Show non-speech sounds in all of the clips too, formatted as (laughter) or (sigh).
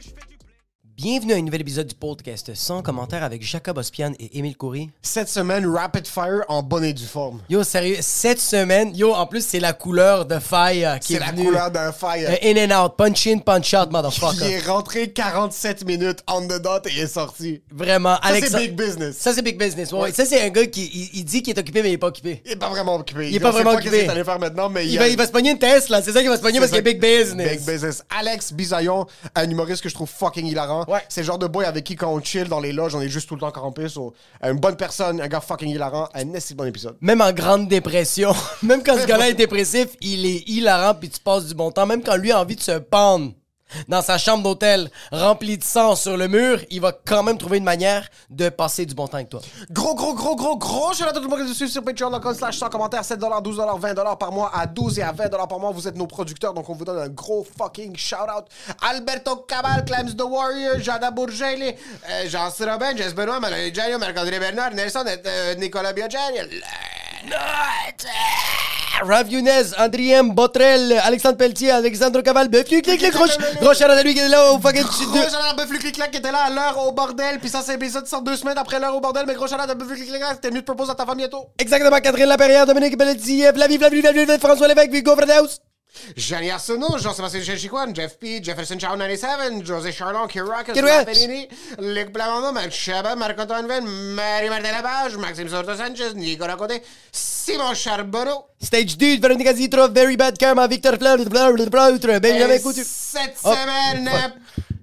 je fais du blé. Bienvenue à un nouvel épisode du podcast sans commentaire avec Jacob Ospian et Émile Coury. Cette semaine, Rapid Fire en bonne et due forme. Yo, sérieux, cette semaine, yo, en plus, c'est la couleur de Fire qui est, C'est la venue. couleur d'un fire. Le in and out, punch in, punch out, Il motherfucker. est rentré 47 minutes on the dot et est sorti. Vraiment, Ça, Alexa- c'est big business. Ça, c'est big business. ouais, ouais. Ça, c'est un gars qui il, il dit qu'il est occupé, mais il est pas occupé. il est pas vraiment occupé. Il est pas On sait vraiment qu'est-ce occupé. qu'il est allé faire maintenant, mais Il, y a- va, il va se pogner une Tesla, c'est ça qu'il va se pogner parce C'est qu'il est big business. Big business. Alex Bisaillon, un humoriste que je trouve fucking hilarant. Ouais. C'est le genre de boy avec qui, quand on chill dans les loges, on est juste tout le temps crampé. So, une bonne personne, un gars fucking hilarant, un assez bon épisode. Même en grande dépression, (laughs) même quand ce gars-là est dépressif, il est hilarant puis tu passes du bon temps. Même quand lui a envie de se pendre dans sa chambre d'hôtel remplie de sang sur le mur, il va quand même trouver une manière de passer du bon temps avec toi. Gros, gros, gros, gros, gros, shout out à tout le monde qui nous suit sur patreon.com slash sans commentaire, 7$, 12$, 20$ par mois, à 12 et à 20$ par mois, vous êtes nos producteurs, donc on vous donne un gros fucking shout-out. Alberto Cabal, Clems the Warrior, Jada Burgelli, euh, jean Robin, Jess Benoit, Manuel Giallo, Marc-André Bernard, Nelson, euh, Nicolas Biageri, Rav Younes, Andriem, Botrel, Alexandre Pelletier, Alexandre Caval, Buffy, clic, clic, roche, roche, à lui qui est là au fucking Gros de- shout-out à Buffy Click Clack qui était là à l'heure au bordel, puis ça c'est l'épisode sort deux semaines après l'heure au bordel, mais gros shout-out à Buffy Click Clack, c'était mieux de proposer à ta femme bientôt. Exactement, Catherine Laperrière, Dominique Pelletier, Flavie, Flavie, Flavie, Flavie, François Lévesque, Hugo Fredaus. Gianni Arsenault, Jean-Sébastien Chichiquan, Jeff P, Jefferson Chow 97, José Charlon, Kirakis, Kirakis. Pelini, Luc Plamondon, Marc Chabat, Marc-Antoine Venn, Marie-Martin Lapage, Maxime Sorto-Sanchez, Nicolas Côté, Simon Charbonneau. Stage Dude, Véronique Azitrov, Very Bad Karma, Victor Fleur, Benjamin Et Coutu. cette Oh, semaine,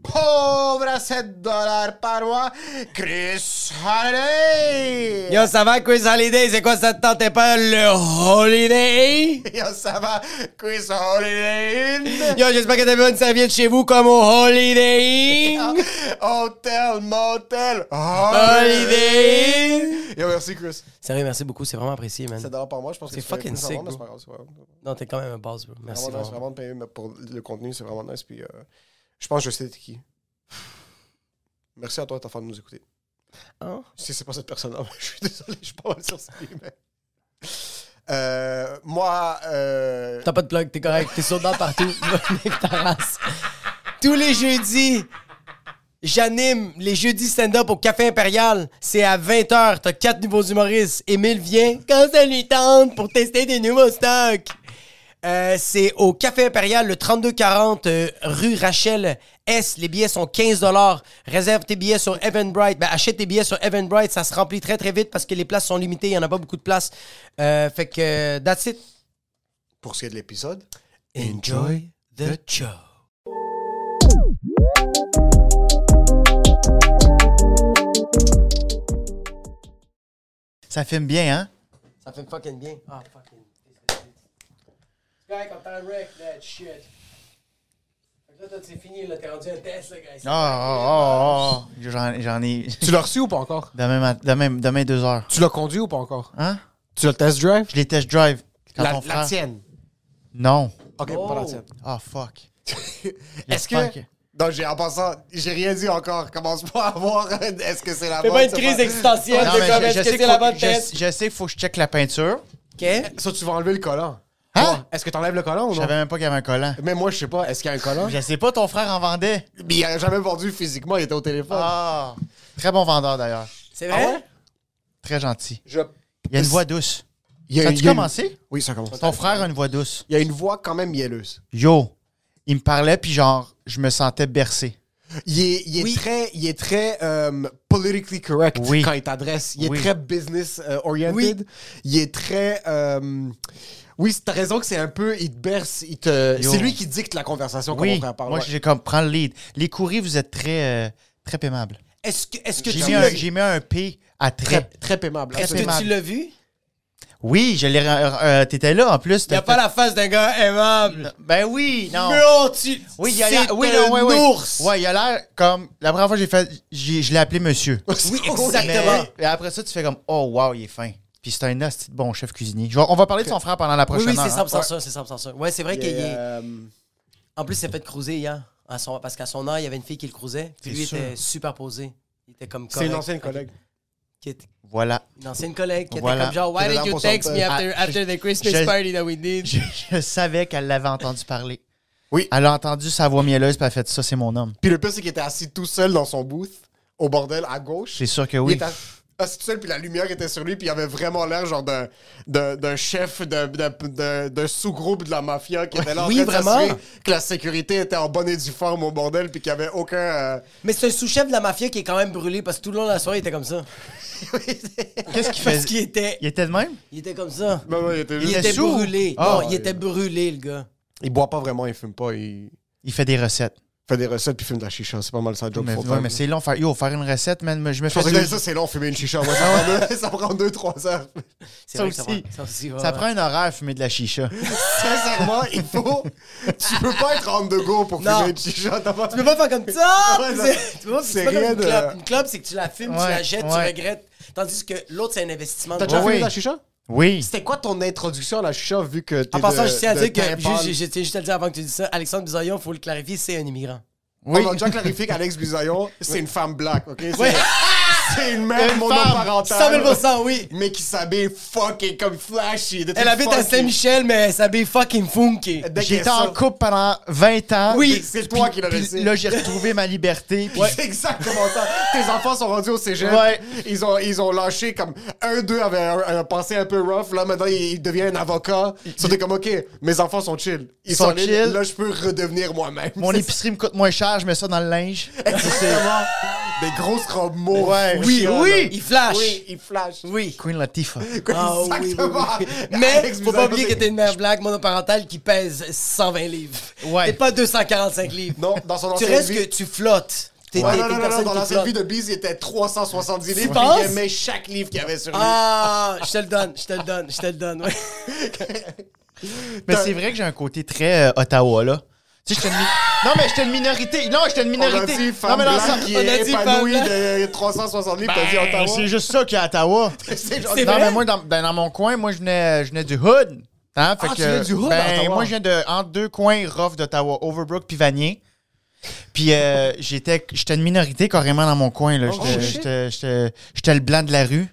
pauvre à 7 dollars par mois, Chris Halliday. Yo, ça va, Chris Holiday? C'est quoi ça te tentait pas, le Holiday? (laughs) Yo, ça va, Chris Halliday. in. Yo, j'espère que t'as vu une serviette chez vous comme au Holiday. Inn. Hotel, motel, Holiday. Holiday. Inn. Yo, merci Chris. Sérieux, merci beaucoup, c'est vraiment apprécié, man. 7 dollars par mois, je pense que C'est tu fais fucking plus avant, sick, mais c'est bro. pas grave, c'est pas grave. Non, t'es quand même un boss, bro. Merci. Vraiment nice, vraiment. vraiment de payer mais pour le contenu, c'est vraiment nice. Puis euh, je pense que je sais t'es qui. Merci à toi et ta femme de nous écouter. Hein? Si c'est pas cette personne-là, (laughs) moi, je suis désolé, je suis pas mal sur ce pays, mais. Euh, moi, euh, T'as pas de plug, t'es correct, t'es sur dedans partout. (laughs) Venez ta race. Tous les jeudis, j'anime les jeudis stand-up au Café Impérial. C'est à 20h, t'as quatre nouveaux humoristes. Émile vient quand ça lui tente pour tester des nouveaux stocks. Euh, c'est au Café Impérial, le 3240 euh, rue Rachel S. Les billets sont 15 Réserve tes billets sur Eventbrite. Ben, achète tes billets sur Eventbrite. Ça se remplit très, très vite parce que les places sont limitées. Il n'y en a pas beaucoup de places. Euh, fait que, euh, that's it. pour ce qui est de l'épisode, Enjoy the show. Ça filme bien, hein? Ça fait fucking bien. Ah, fucking. Guy, quand t'as wreck that shit. Fait que là, toi, c'est fini, là. T'es rendu un test, là, guys. Oh, oh, oh, oh. J'en, j'en ai. (laughs) tu l'as reçu ou pas encore Demain, mat- demain, demain, deux heures. Tu l'as conduit ou pas encore Hein? Tu l'as le test drive Je les test drive. Quand la, on la tienne. Non. Ok, pas Oh. la tienne. Ah, fuck. Est-ce J'espère que. Non, j'ai, en passant, j'ai rien dit encore. Commence pas à voir. (laughs) Est-ce que c'est la Fais bonne pas une c'est crise pas- existentielle Non, de mais comme je- est-ce je que sais c'est qu'il la faut- bonne je- test. Je sais qu'il faut que je check la peinture. Ok? Ça, tu vas enlever le collant. Hein? Est-ce que t'enlèves le collant ou Je non? savais même pas qu'il y avait un collant. Mais moi, je sais pas. Est-ce qu'il y a un Hein? collant? Je sais pas, ton frère en vendait. Mais il a jamais vendu physiquement, il était au téléphone. Ah. Très bon vendeur d'ailleurs. C'est Ah vrai? ouais? Très gentil. Je... Il y a une voix douce. Il y a- As-tu il y a une- commencé? Oui, ça commence. Ton frère a une voix douce. Il y a une voix quand même mielleuse. Yo. Il me parlait, puis genre, je me sentais bercé. Il est, il est Oui. très, il est très euh, politically correct Oui. quand il t'adresse. Il est Oui. très business euh, oriented. Il est très. euh, oui, c'est- t'as raison que c'est un peu. Il te berce. Il te. Yo. C'est lui qui dicte la conversation quand mon Oui. frère parle. Moi, ouais. j'ai comme, prends le lead. Les courriers, vous êtes très, euh, très paimables. Est-ce que, est-ce que J'ai tu mis, un, l'as- j'ai mis un P à très, très. très aimable. est-ce que Absolument. tu l'as vu? Oui, je l'ai. euh, euh, T'étais là en plus. Il n'y a pas la face d'un gars aimable. Ben oui, non. Bro, tu. Oui, il y a l'air. c'est Oui, un non, ouais, ouais. ours. Ouais, il a l'air comme. La première fois que j'ai fait. j'ai- je l'ai appelé monsieur. (laughs) Oui, Mais- exactement. Et après ça, tu fais comme. Oh, wow, il est fin. Puis c'est un hostie de bon chef cuisinier. Je vais- on va parler de son frère pendant la Oui, prochaine oui, heure, c'est hein. 100% ça, c'est 100% ça. Ouais, c'est vrai qu'il Il est, est... euh, En plus, il s'est fait cruiser hier. À son- Parce qu'à son âge, il y avait une fille qui le cruisait. Puis C'est lui, il sûr. était superposé. Il était comme C'est une correct. ancienne collègue. Qui était- Voilà. (laughs) Une ancienne collègue qui Voilà. était comme genre, Why Qui était did là you pour son text me père. after, Ah, after the Christmas je- party that we did? Je, je savais qu'elle l'avait entendu parler. Oui. Elle a entendu sa voix mielleuse, puis elle a fait ça, c'est mon homme. Puis le pire, c'est qu'il était assis tout seul dans son booth, au bordel, à gauche. C'est sûr que Il oui. était ass- assis tout seul, puis la lumière était sur lui, puis il avait vraiment l'air genre d'un, d'un, d'un chef, d'un, d'un- d'un- d'un sous-groupe de la mafia qui était là en Oui, train de vraiment. s'assurer que la sécurité était en bonne et due forme au bordel, puis qu'il n'y avait aucun... euh, Mais c'est un sous-chef de la mafia qui est quand même brûlé parce que tout le long de la soirée, il était comme ça. (laughs) Qu'est-ce qu'il Parce faisait? qu'il était... Il était de même? Il était comme ça. Non, non, il était Il juste- était sourd? brûlé. Ah, non, il oui. était brûlé, le gars. Il boit pas vraiment, il fume pas, il Il fait des recettes. fait des recettes, puis fume de la chicha. C'est pas mal ça, job. Mais, faut ouais, faire. mais c'est long. Faire, yo, faire une recette, man, je me Je fais pensais deux- que ça, c'est long, fumer une (laughs) chicha. Moi, ça prend deux- ça prend deux, trois (laughs) heures. C'est Ça vrai que aussi. prend- Ça aussi, ouais, Ça ouais. prend un horaire, fumer de la chicha. Sincèrement, il faut... Tu peux pas être on the go pour Non. fumer une chicha. t'as pas- Tu peux pas faire (laughs) comme ça! Ouais, tu non. sais, tu vois, c'est C'est pas comme rien une de- clope. Une clope, c'est que tu la filmes, tu Ouais, la jettes, tu ouais. regrettes. Tandis que l'autre, c'est un investissement. T'as déjà Ouais, fumé oui. de la chicha? Oui. C'était quoi ton introduction à la chicha vu que t'es En passant, de- je tiens à de dire que, Paimpal? juste, je- je tiens juste à le dire avant que tu dises ça, Alexandre Bisaillon, faut le clarifier, c'est un immigrant. Oui. On a déjà clarifié qu'Alex Bisaillon, c'est une femme black, ok? C'est- Ouais. C'est une mère Une femme, monoparentale. 100 000 oui. Mais qui s'habille fucking comme flashy. des Elle trucs habite à funky. Saint-Michel, mais elle s'habille fucking funky. Dès qu'il y a J'étais en ça, couple pendant 20 ans. Oui. C'est toi qui l'as Puis laissé. là, j'ai retrouvé ma liberté. Puis (laughs) C'est exactement ça. Tes enfants sont rendus au cégep. Ouais. Ils, ont, ils ont lâché comme un, deux avaient un, un passé un peu rough. Là, maintenant, il, il devient un avocat. C'était comme, OK, mes enfants sont chill. Ils Sont sont, libres. chill. Là, je peux redevenir moi-même. (laughs) mon épicerie me coûte moins cher, je mets ça dans le linge. Exactement. Des grosses robes mauves. Ouais. fou Oui, chiant, oui. là. Il flash. Oui, il flash. Oui. Queen Latifah. (laughs) Ah, oui, oui, Exactement. oui, oui. Mais Alex faut pas Bisaillon, oublier que c'est- t'es une mère blague monoparentale qui pèse 120 livres. Ouais. T'es pas 245 livres. Non, dans son Tu ancienne restes vie- que tu flottes. T'es Ouais, t'es- non, t'es non, une non, personne non, dans qui l'ancienne flotte. vie de Bise, il était 370 livres. puis penses? Il aimait chaque livre qu'il y avait sur lui. Ah, je te le donne, je te le donne, je te le donne. (laughs) ouais. Mais c'est vrai que j'ai un côté très euh, Ottawa, là. Tu sais, j'étais une, mi- non, mais j'étais une minorité. Non, j'étais une On a minorité. dit non, femme mais dans blanche le qui sens- on a est dit épanouie femme de 360 livres, t'as dit Ben, Ottawa. c'est juste ça qu'il y a à Ottawa. (laughs) C'est genre- C'est non, vrai? mais moi, dans, ben, dans mon coin, moi, je venais, je venais du hood. Hein, fait Ah, tu que, viens du hood, à ben, Ottawa? Moi, je viens de, entre deux coins rough d'Ottawa, Overbrook puis Vanier. Puis euh, j'étais j'étais une minorité carrément dans mon coin. là. J'étais- Oh, shit. J'étais j'étais- j'étais le blanc de la rue.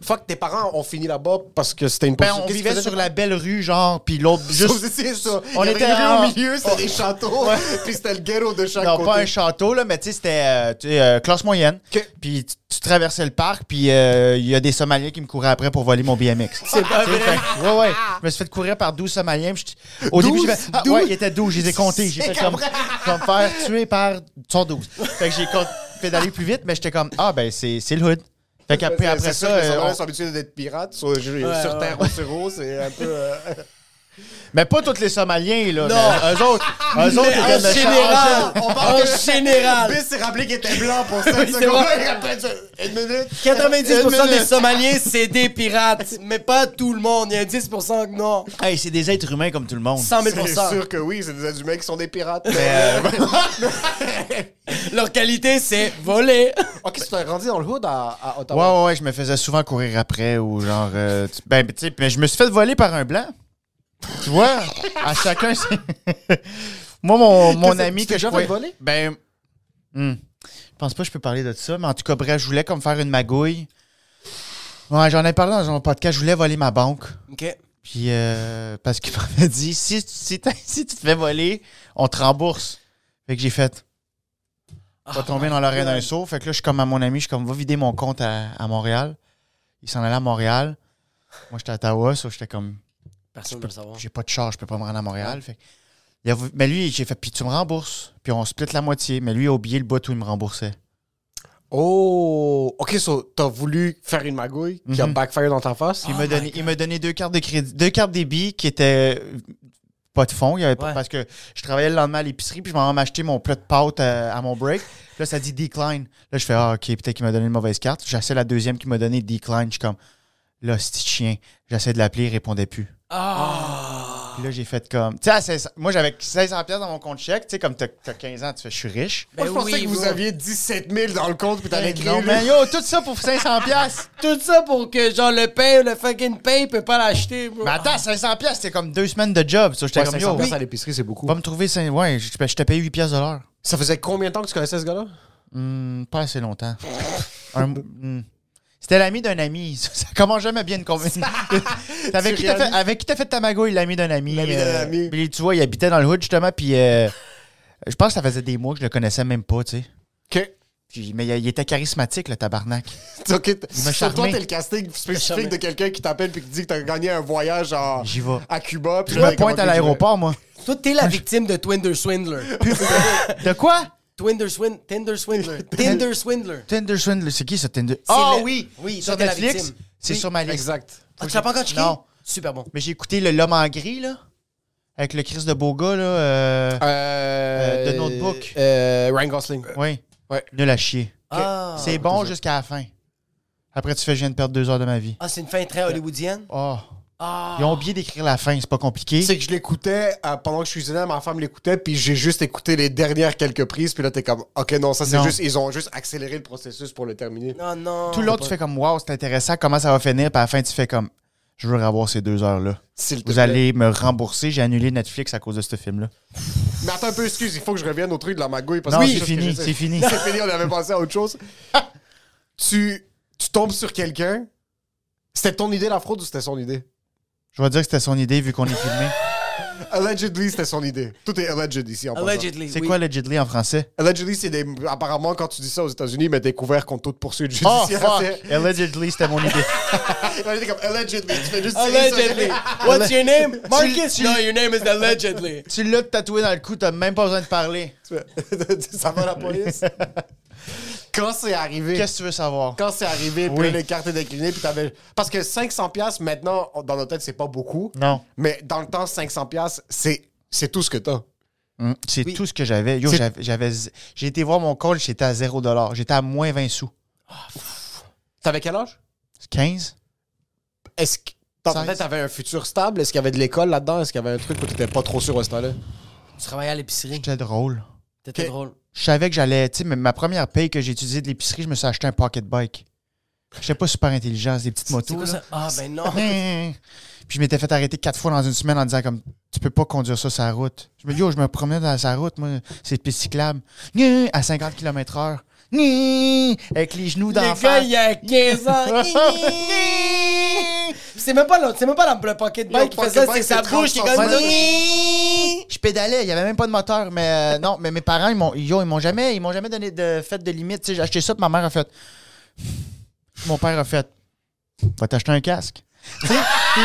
Fuck, tes parents ont fini là-bas parce que c'était une Ben, on possibilité. vivait (laughs) sur la belle rue, genre, puis l'autre... Juste... C'est ça. On Il y avait était une rue en- au milieu, c'était Oh. des châteaux, (laughs) puis c'était le ghetto de chaque Non, côté. pas un château, là, mais tu sais, c'était euh, tu sais, euh, classe moyenne. Ok. Puis tu, tu traversais le parc, puis euh, il y a des Somaliens qui me couraient après pour voler mon BMX. (laughs) C'est pas Tu sais, vrai. fait- ouais, ouais. Je me suis fait courir par 12 Somaliens. puis je- Au début, j'ai fait. Ah, 12? ouais, il était 12, je les ai comptés. J'ai fait comme. Je vais me faire tuer par. Ils sont 12. Fait que j'ai compté- pédalé plus vite, mais j'étais comme. Ah, ben, c'est c'est le hood. Fait qu'après C'est- après c'est ça. sûr que Les euh, Somaliens on- sont habitués d'être pirates sur, sur ouais. terre ou sur eau, c'est un peu. euh, Mais pas tous les Somaliens, là. Non. mais Eux autres, eux autres étaient en de Char- général, on parle en de- général, Biss s'est rappelé qu'il était blanc (laughs) pour 5 c'est secondes. vrai. et après, tu- une minute. 90% des minute. Somaliens, c'est des pirates. Mais pas tout le monde. Il y a 10% que non. Hey, c'est des êtres humains comme tout le monde. 100 000 C'est sûr que oui, c'est des êtres humains qui sont des pirates. euh, Leur qualité, c'est voler. ok, tu t'es grandi dans le hood à, à Ouais, Ottawa. ouais, ouais, je me faisais souvent courir après ou genre. euh, tu- ben, tu sais, mais je me suis fait voler par un blanc. Tu vois, à chacun. ses- (laughs) Moi, mon, mon Qu'est-ce que- ami tu que t'es je. déjà fait pouvais- voler? Ben. hmm, je pense pas que je peux parler de ça, mais en tout cas, bref, je voulais comme faire une magouille. Ouais, j'en ai parlé dans un podcast, je voulais voler ma banque. OK. Puis, euh, parce qu'il (laughs) m'avait dit, si, si, t'as- si tu te fais voler, on te rembourse. Fait que j'ai fait. Pas tomber dans l'oreille Ah. d'un saut. Fait que là, je suis comme à mon ami, je suis comme, va vider mon compte à, à Montréal. Il s'en allait à Montréal. Moi, j'étais à Ottawa, ça, j'étais comme, Personne ne peut le savoir. j'ai pas de char, je peux pas me rendre à Montréal. Fait que- il a vou- mais lui, j'ai fait, puis tu me rembourses. Puis on split la moitié. Mais lui, il a oublié le bout où il me remboursait. Oh! Ok, so t'as voulu faire une magouille qui Mhm. a backfire dans ta face? Ah. Puis il m'a donné, il m'a donné deux cartes de crédit, deux cartes débit qui étaient euh, pas de fond. Il y avait pas- Ouais. parce que je travaillais le lendemain à l'épicerie, puis je m'en vais m'acheter mon plat de pâtes à, à mon break. Puis là, ça dit decline. Là, je fais Ah, ok, peut-être qu'il m'a donné une mauvaise carte. J'essaie la deuxième qui m'a donné decline. Je suis comme Là, c'est chien. J'essaie de l'appeler, il répondait plus. Ah! Puis là, j'ai fait comme. Tu sais, à 1600 moi, j'avais 500$ piastres dans mon compte chèque. Tu sais, comme t'as t'as 15 ans, tu fais Je suis riche. Moi, je Ben pensais oui, que vous bro. Ben aviez 17 000 dans le compte, puis t'avais écrit. Non, là. mais yo, tout ça pour 500$! piastres. Tout ça pour que, genre, le pain, le fucking pain, peut pas l'acheter, bro. Ben mais attends, 500$, piastres, c'était comme deux semaines de job. Ça, j'étais Ouais, comme 500 yo. piastres à l'épicerie, c'est beaucoup. Va me trouver. cinq- Ouais, je, ben, je te paye 8 pièces de l'heure. Ça faisait combien de temps que tu connaissais ce gars-là? Hmm, Pas assez longtemps. Un- hmm. C'était l'ami d'un ami. (laughs) Ça, ça commence jamais bien une (laughs) conversation. avec, qui t'as fait, avec qui t'as fait ta magouille, l'ami d'un ami? L'ami d'un ami. Puis tu vois, il habitait dans le hood justement, puis euh, je pense que ça faisait des mois que je le connaissais même pas, tu sais. Ok. Puis- mais il, il était charismatique, le tabarnak. Ok, t- Il so, toi, m'a charmé. t'es le casting charmé. spécifique de quelqu'un qui t'appelle puis qui dit que t'as gagné un voyage en- J'y vais. à Cuba. puis Je là, il me est comme, pointe à Ok, je vais. l'aéroport, moi. Toi, t'es la victime de Twinder (laughs) Swindler. De quoi? Twinder Swin... Tinder (laughs) Swindler. Tinder Swindler. Tinder Swindler, c'est qui ça, Tinder? Ah le- oui! oui, toi, sur t'es la Netflix? victime. C'est Oui, sur ma liste. Exact. Ah, tu l'as pas encore checké? Non. Super bon. Mais j'ai écouté le L'homme en gris, là. Avec le Chris de beau gars, là. euh, Euh, de Notebook. Euh, Ryan Gosling. oui. ouais. Nul à chier. Ah, c'est bon jusqu'à la fin. Après, tu fais, je viens de perdre deux heures de ma vie. Ah, c'est une fin très hollywoodienne. Oh. Ils ont oublié d'écrire la fin, c'est pas compliqué. C'est que je l'écoutais euh, pendant que je cuisinais, ma femme l'écoutait, puis j'ai juste écouté les dernières quelques prises, puis là, t'es comme, ok, non, ça, c'est Non. juste, ils ont juste accéléré le processus pour le terminer. Non, non. Tout Ah, l'autre, tu fais comme, wow, c'est intéressant, comment ça va finir. Puis à la fin, tu fais comme, je veux avoir ces deux heures-là. S'il te Vous plaît. allez me rembourser, j'ai annulé Netflix à cause de ce film-là. Mais attends un peu, excuse, il faut que je revienne au truc de la magouille. Parce Non, que c'est chose que fini, je sais. c'est (laughs) fini. C'est fini, on avait pensé à autre (laughs) chose. tu, tu tombes sur quelqu'un. C'était ton idée la fraude ou c'était son idée? Je vais dire que c'était son idée vu qu'on est filmé. Allegedly, c'était son idée. Tout est alleged ici en Allegedly. Allegedly. C'est oui. quoi Allegedly en français? Allegedly, c'est des. Apparemment, quand tu dis ça aux États-Unis, mais t'es couvert contre toute poursuite Oh, judiciaire. fuck! C'est- Allegedly, c'était mon idée. (laughs) Ouais, t'es comme allegedly. Tu fais juste tirer sur- (laughs) Allegedly. What's your name? Marcus? No, your name is allegedly. Tu l'as tatoué dans le cou, t'as même pas besoin de parler. (laughs) Tu fais- ça va la (laughs) police? quand c'est arrivé. Qu'est-ce que tu veux savoir? quand c'est arrivé, puis Oui. là, les cartes étaient déclinées, puis t'avais... Parce que 500 pièces maintenant, on- dans notre tête, c'est pas beaucoup. Non. Mais dans le temps, 500 pièces c'est... c'est tout ce que t'as. Mm, C'est tout ce que j'avais. Yo, j'avais- j'avais. z- J'ai été voir mon call, j'étais à 0 J'étais à moins 20 sous. T'avais quel âge? 15? Est-ce que... Dans ta Seize. tête, t'avais un futur stable? Est-ce qu'il y avait de l'école là-dedans? Est-ce qu'il y avait un truc où t'étais pas trop sûr à ce temps-là? Tu travaillais à l'épicerie. J'étais drôle. T'étais Ok. drôle. Je savais que j'allais. Tu sais, mais ma première paye que j'ai étudiée de l'épicerie, je me suis acheté un pocket bike. J'étais pas super intelligent, c'est des petites C'est motos. quoi là. ça? Ah, ben non. Puis je m'étais fait arrêter quatre fois dans une semaine en disant comme tu peux pas conduire ça sur la route. Je me dis yo, je me promenais dans sa route, moi, c'est piste cyclable. Gna, À 50 km heure. Gna, Avec les genoux Le d'enfant. gars, il a 15 ans. (laughs) Puis c'est même pas, le, c'est même pas le, le pocket Le bike qui fait pocket ça, bike, c'est sa c'est bouche qui est comme... (laughs) transformé. Je pédalais, il n'y avait même pas de moteur, mais euh, non, mais mes parents, ils m'ont, yo, ils m'ont jamais, ils m'ont jamais donné de fait de limite. Tu sais, J'ai acheté ça, puis ma mère a fait. Mon père a fait. Va t'acheter un casque. Tu sais, puis-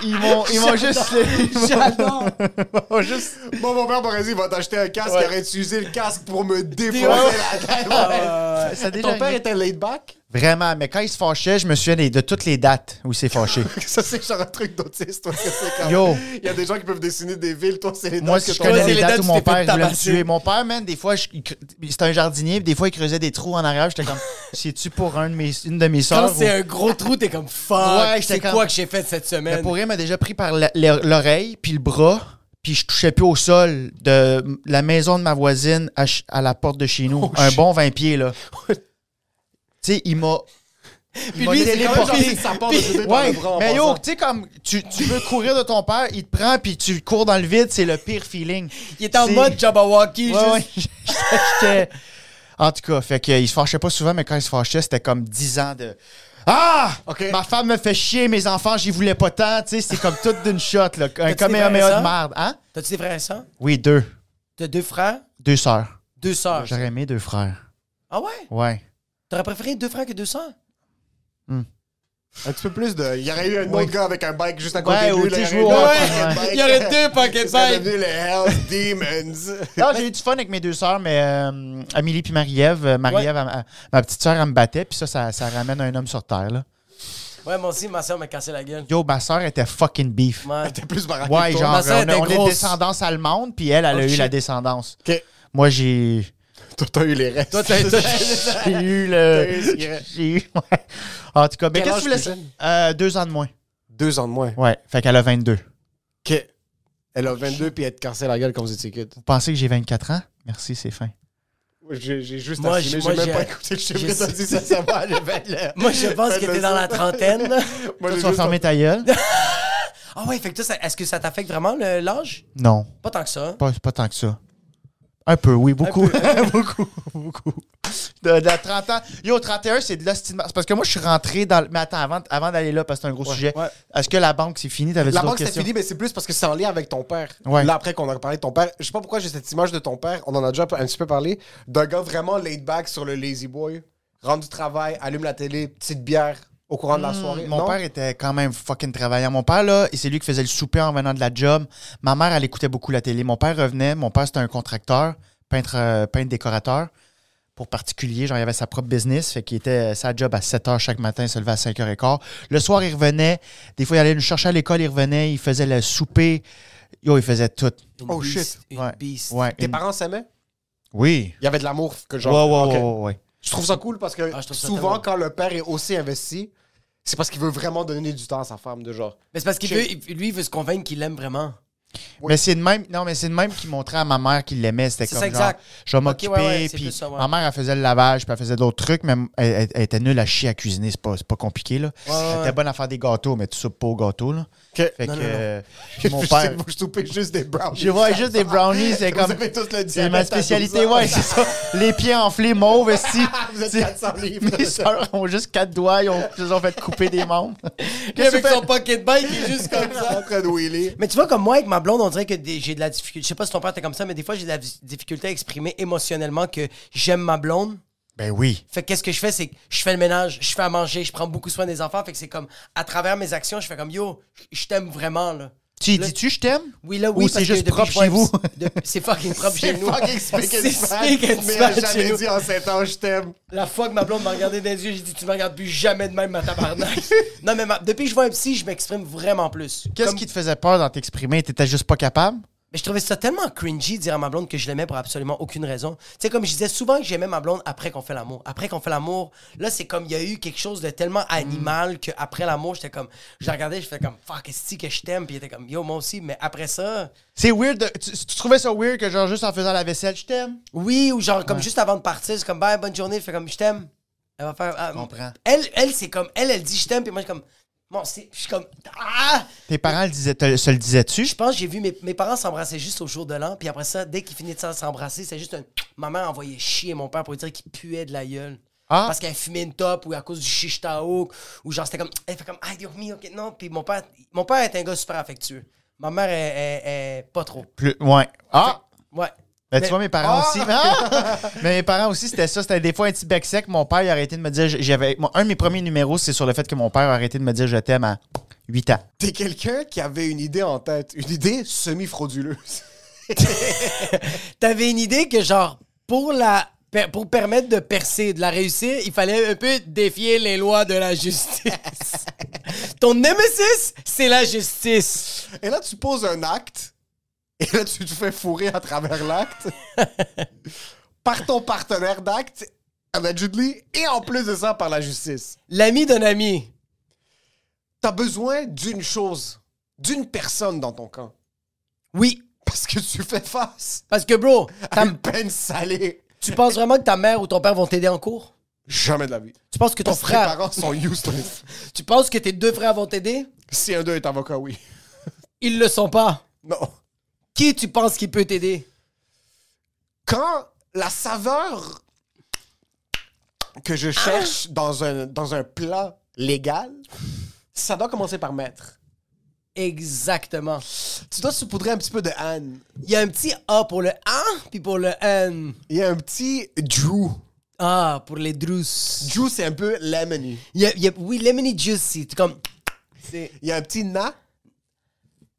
puis ils m'ont, ils m'ont juste, ils m'ont- J'adore. (laughs) ils m'ont juste. Moi, mon père m'aurait dit, il va t'acheter un casque, il aurait utilisé le casque pour me défoncer la tête. (laughs) Ça- ça a déjà Ton père arrivé. était laid back? Vraiment, mais quand il se fâchait, je me souviens des- de toutes les dates où il (laughs) s'est fâché. Ça, c'est genre un truc d'autiste. toi, que c'est comme- Yo. Il y a des gens qui peuvent dessiner des villes, toi, c'est les Moi, dates si je que Toi, connais c'est les les dates dates où où mon tu t'es père fait voulait me tabasser. tuer. Mon père, man, des fois, je- il cre- c'était un jardinier, puis des fois, il creusait des trous en arrière. (laughs) J'étais comme, c'est-tu pour un de mes, une de mes Quand sœurs? c'est ou- un gros trou, t'es comme fuck. Ouais, j'étais c'est comme- quoi que j'ai fait cette Mais semaine? pour rien, il m'a déjà pris par la- l'o- l'oreille, puis le bras, puis je touchais plus au sol de la maison de ma voisine à, ch- à la porte de chez Oh, nous. un bon 20 pieds, là. tu sais, il m'a. Puis m'a lui, c'est téléporté. comme genre- Puis- ça part de puis- bébé par le Ouais, bras en mais passant. yo, tu sais, comme tu, tu veux courir de ton père, il te prend, puis tu cours dans le vide, c'est le pire feeling. Il est en C'est- mode Jabawaki. Ouais, juste... ouais. (laughs) euh, J'étais- En tout cas, fait que, il se fâchait pas souvent, mais quand il se fâchait, c'était comme 10 ans de. Ah! Ok. Ma femme me fait chier, mes enfants, j'y voulais pas tant. Tu sais, c'est comme tout d'une shot, là. Un des frères caméra et de merde. Hein? T'as-tu des frères et sœurs? Oui, deux. T'as deux frères, Deux sœurs. deux sœurs. J'aurais aimé deux frères. Ah ouais? Ouais. T'aurais préféré deux frères que deux sœurs? Un petit peu plus de. Il y aurait eu un Ouais. autre gars avec un bike juste à côté Ouais, de ou lui. tu sais, là, jouer au il aurait eu hockey, un ouais. bike. Il y aurait deux pocket Ça serait bikes. devenu les Hell Demons. (laughs) Non, j'ai eu du fun avec mes deux sœurs, mais euh, Amélie puis Marie-Ève. euh, Marie-Ève, elle- elle- ma petite sœur, elle me battait, puis ça, ça, ça ramène un homme sur terre, là. Ouais, moi aussi, ma sœur m'a cassé la gueule. Yo, ma sœur était fucking beef. Man. T'es plus baraqué Ouais, que genre, Ma sœur on, était a- on est grosse. de descendance allemande, puis elle, elle Oh, a eu shit. la descendance. Ok. Moi, j'ai Toi, t'as eu les restes. Toi, t'as (laughs) t'as- j'ai eu T'as eu le. ce qu'il y a. J'ai eu. Ouais. En tout cas, mais Quel qu'est-ce que âge je voulais plus ça? jeune? Euh, deux ans de moins. Deux ans de moins. Ouais, fait qu'elle a 22. Vous Ok. Elle a 22 puis elle te cassait la gueule comme vous étiez kid. pensez que j'ai 24 ans? Merci, c'est fin. J'ai j'ai juste Moi, assumé, j'ai- j'ai moi, même j'ai- pas écouté le chiffre j'ai- que t'as dit, ça, ça va, le fait, là. (laughs) Moi, je (laughs) pense que Faites-le t'es dans ça. la (laughs) trentaine. Moi, Toi, j'ai tu vas juste- fermer (laughs) ta gueule? Ah ouais, fait que toi, ça- est-ce que ça t'affecte vraiment le- l'âge? Non, Pas tant que ça. pas, pas tant que ça. Un peu, oui, beaucoup. (laughs) beaucoup, beaucoup. De, de 30 ans. Yo, 31, c'est de l'ostinement. C'est parce que moi, je suis rentré dans. le- Mais attends, avant, avant d'aller là, parce que c'est un gros sujet. ouais. Est-ce que la banque, c'est fini? T'avais La d'autres banque, c'est questions? fini, mais c'est plus parce que c'est en lien avec ton père. Ouais. Là, après qu'on a parlé de ton père, je sais pas pourquoi j'ai cette image de ton père, on en a déjà un petit peu parlé, d'un gars vraiment laid back sur le lazy boy, rentre du travail, allume la télé, petite bière au courant de la Hmm. soirée. Mon Non? père était quand même fucking travaillant. Mon père, là, et c'est lui qui faisait le souper en venant de la job. Ma mère, elle écoutait beaucoup la télé. Mon père revenait. Mon père, c'était un contracteur, peintre, euh, peintre décorateur pour particulier. Genre, il avait sa propre business. Fait qu'il était euh, sa job à 7 h chaque matin, il se levait à 5 h 15 Le soir, il revenait. Des fois, il allait nous chercher à l'école, il revenait, il faisait le souper. Yo, il faisait tout. Une Oh, beast, shit. Une Ouais. beast. Ouais. Tes Une- parents s'aimaient? Oui. Il y avait de l'amour que Ouais, genre. ouais, Ok. ouais, ouais, ouais. Je trouve ça cool parce que Ah, je trouve ça souvent, tellement- quand le père est aussi investi, c'est parce qu'il veut vraiment donner du temps à sa femme, de genre. Mais c'est parce qu'il Je- veut, il- lui, il veut se convaincre qu'il l'aime vraiment. Mais c'est de même, non, mais c'est de même qui montrait à ma mère qu'il l'aimait. C'était C'est comme ça, genre, exact. je vais Ok, m'occuper. ouais, ouais, c'est puis plus ça, ouais. ma mère, elle faisait le lavage, puis elle faisait d'autres trucs, mais elle, elle- elle était nulle à chier à cuisiner. C'est pas, c'est pas compliqué, là. Elle était bonne à faire des gâteaux, mais tu soupes pas aux gâteaux, là. Ok. Non, Fait que, non, non. euh, (laughs) puis mon (laughs) Je sais père. que vous soupez juste des brownies. Je vois juste des brownies, c'est Vous comme. avez tous le C'est ma diabète à spécialité, 12 ans. ouais, c'est ça. Les pieds enflés, mauves, (laughs) si. Vous êtes C'est- (laughs) 400 livres. Mes sœurs ont juste quatre doigts, ils, ont, ils se sont fait couper des membres. Puis avec son pocket bike, il est juste comme (laughs) ça. en train de wheeler. Mais tu vois, comme moi, avec ma blonde, on dirait que des- j'ai de la difficulté. Je sais pas si ton père était comme ça, mais des fois, j'ai de la vi- difficulté à exprimer émotionnellement que j'aime ma blonde. Ben oui. Fait que qu'est-ce que je fais, c'est que je fais le ménage, je fais à manger, je prends beaucoup soin des enfants. Fait que c'est comme, à travers mes actions, je fais comme, yo, je t'aime vraiment, là. Tu y Là- dis-tu, je t'aime? Oui, là, oui, Ou parce c'est que juste depuis propre que je vois- chez vous? de- C'est (laughs) fucking propre chez C'est nous. fucking speak and C'est smack, speak and mais elle a smack chez jamais nous. oh, dit en 7 ans, je t'aime. La fois que ma blonde m'a regardé dans les yeux, j'ai dit, tu me regardes plus jamais de même, ma (laughs) tabarnak. non, mais ma- depuis que je vois un psy, je m'exprime vraiment plus. Qu'est-ce Comme- qui te faisait peur dans t'exprimer? T'étais juste pas capable? Mais je trouvais ça tellement cringy de dire à ma blonde que je l'aimais pour absolument aucune raison. Tu sais, comme je disais souvent que j'aimais ma blonde après qu'on fait l'amour. Après qu'on fait l'amour, là, c'est comme il y a eu quelque chose de tellement Mm. animal que après l'amour, j'étais comme, je la regardais, je fais comme, fuck, est-ce que je t'aime? Puis il était comme, yo, moi aussi. Mais après ça, C'est weird. de- tu, tu trouvais ça weird que, genre, juste en faisant la vaisselle, je t'aime? oui, ou genre, comme juste avant de partir, c'est comme, bye, bonne journée, je fais comme, je t'aime. Elle va faire, ah, comprends. Elle, elle c'est comme, elle, elle dit, je t'aime, puis moi, je suis comme, bon, c'est, je suis comme, ah! Tes parents le disaient, te- se le disaient-tu? Je pense que j'ai vu mes, mes parents s'embrasser juste au jour de l'an, puis après ça, dès qu'ils finissaient de s'embrasser, c'est juste un. Ma mère envoyait chier mon père pour lui dire qu'il puait de la gueule. Ah. Parce qu'elle fumait une top ou à cause du shish tao ou genre c'était comme. Elle fait comme. Ah, you're me, ok, non. Puis mon père, mon père est un gars super affectueux. Ma mère est, est- est pas trop. Plus, ouais. Ah! Ouais. Mais- Ben, tu vois, mes parents Ah! (laughs) aussi. Ah! Mais mes parents aussi, c'était ça. C'était des fois un petit bec sec. Mon père, il a arrêté de me dire. J'avais, moi, un de mes premiers numéros, c'est sur le fait que mon père a arrêté de me dire je t'aime à 8 ans. T'es quelqu'un qui avait une idée en tête, une idée semi-frauduleuse. (laughs) T'avais une idée que genre, pour la. per- Pour permettre de percer, de la réussir, il fallait un peu défier les lois de la (laughs) justice. Ton nemesis, c'est la justice. Et là, tu poses un acte, et là, tu te fais fourrer à travers (laughs) l'acte par ton partenaire d'acte, allegedly, et en plus de ça, par la justice. L'ami d'un ami. T'as besoin d'une chose, d'une personne dans ton camp, Oui, parce que tu fais face parce que, bro, à ta- une peine salée. tu penses vraiment que ta mère ou ton père vont t'aider en cours? Jamais de la vie. Tu penses que ton Parce que Tes frère. parents sont (laughs) useless. Tu penses que tes deux frères vont t'aider? si un d'eux est avocat, oui. Ils le sont pas. Non. Qui tu penses qui peut t'aider? quand la saveur que je cherche dans, un, dans un plat légal, ça doit commencer par maître. Exactement. Tu dois saupoudrer un petit peu de Anne. Il y a un petit A pour le A, puis pour le N. Il y a un petit Drew. Ah, pour les drus. Drew, c'est un peu lemony. Il y a- il y a- oui, lemony juice, c'est comme... C'est... Il y a un petit na.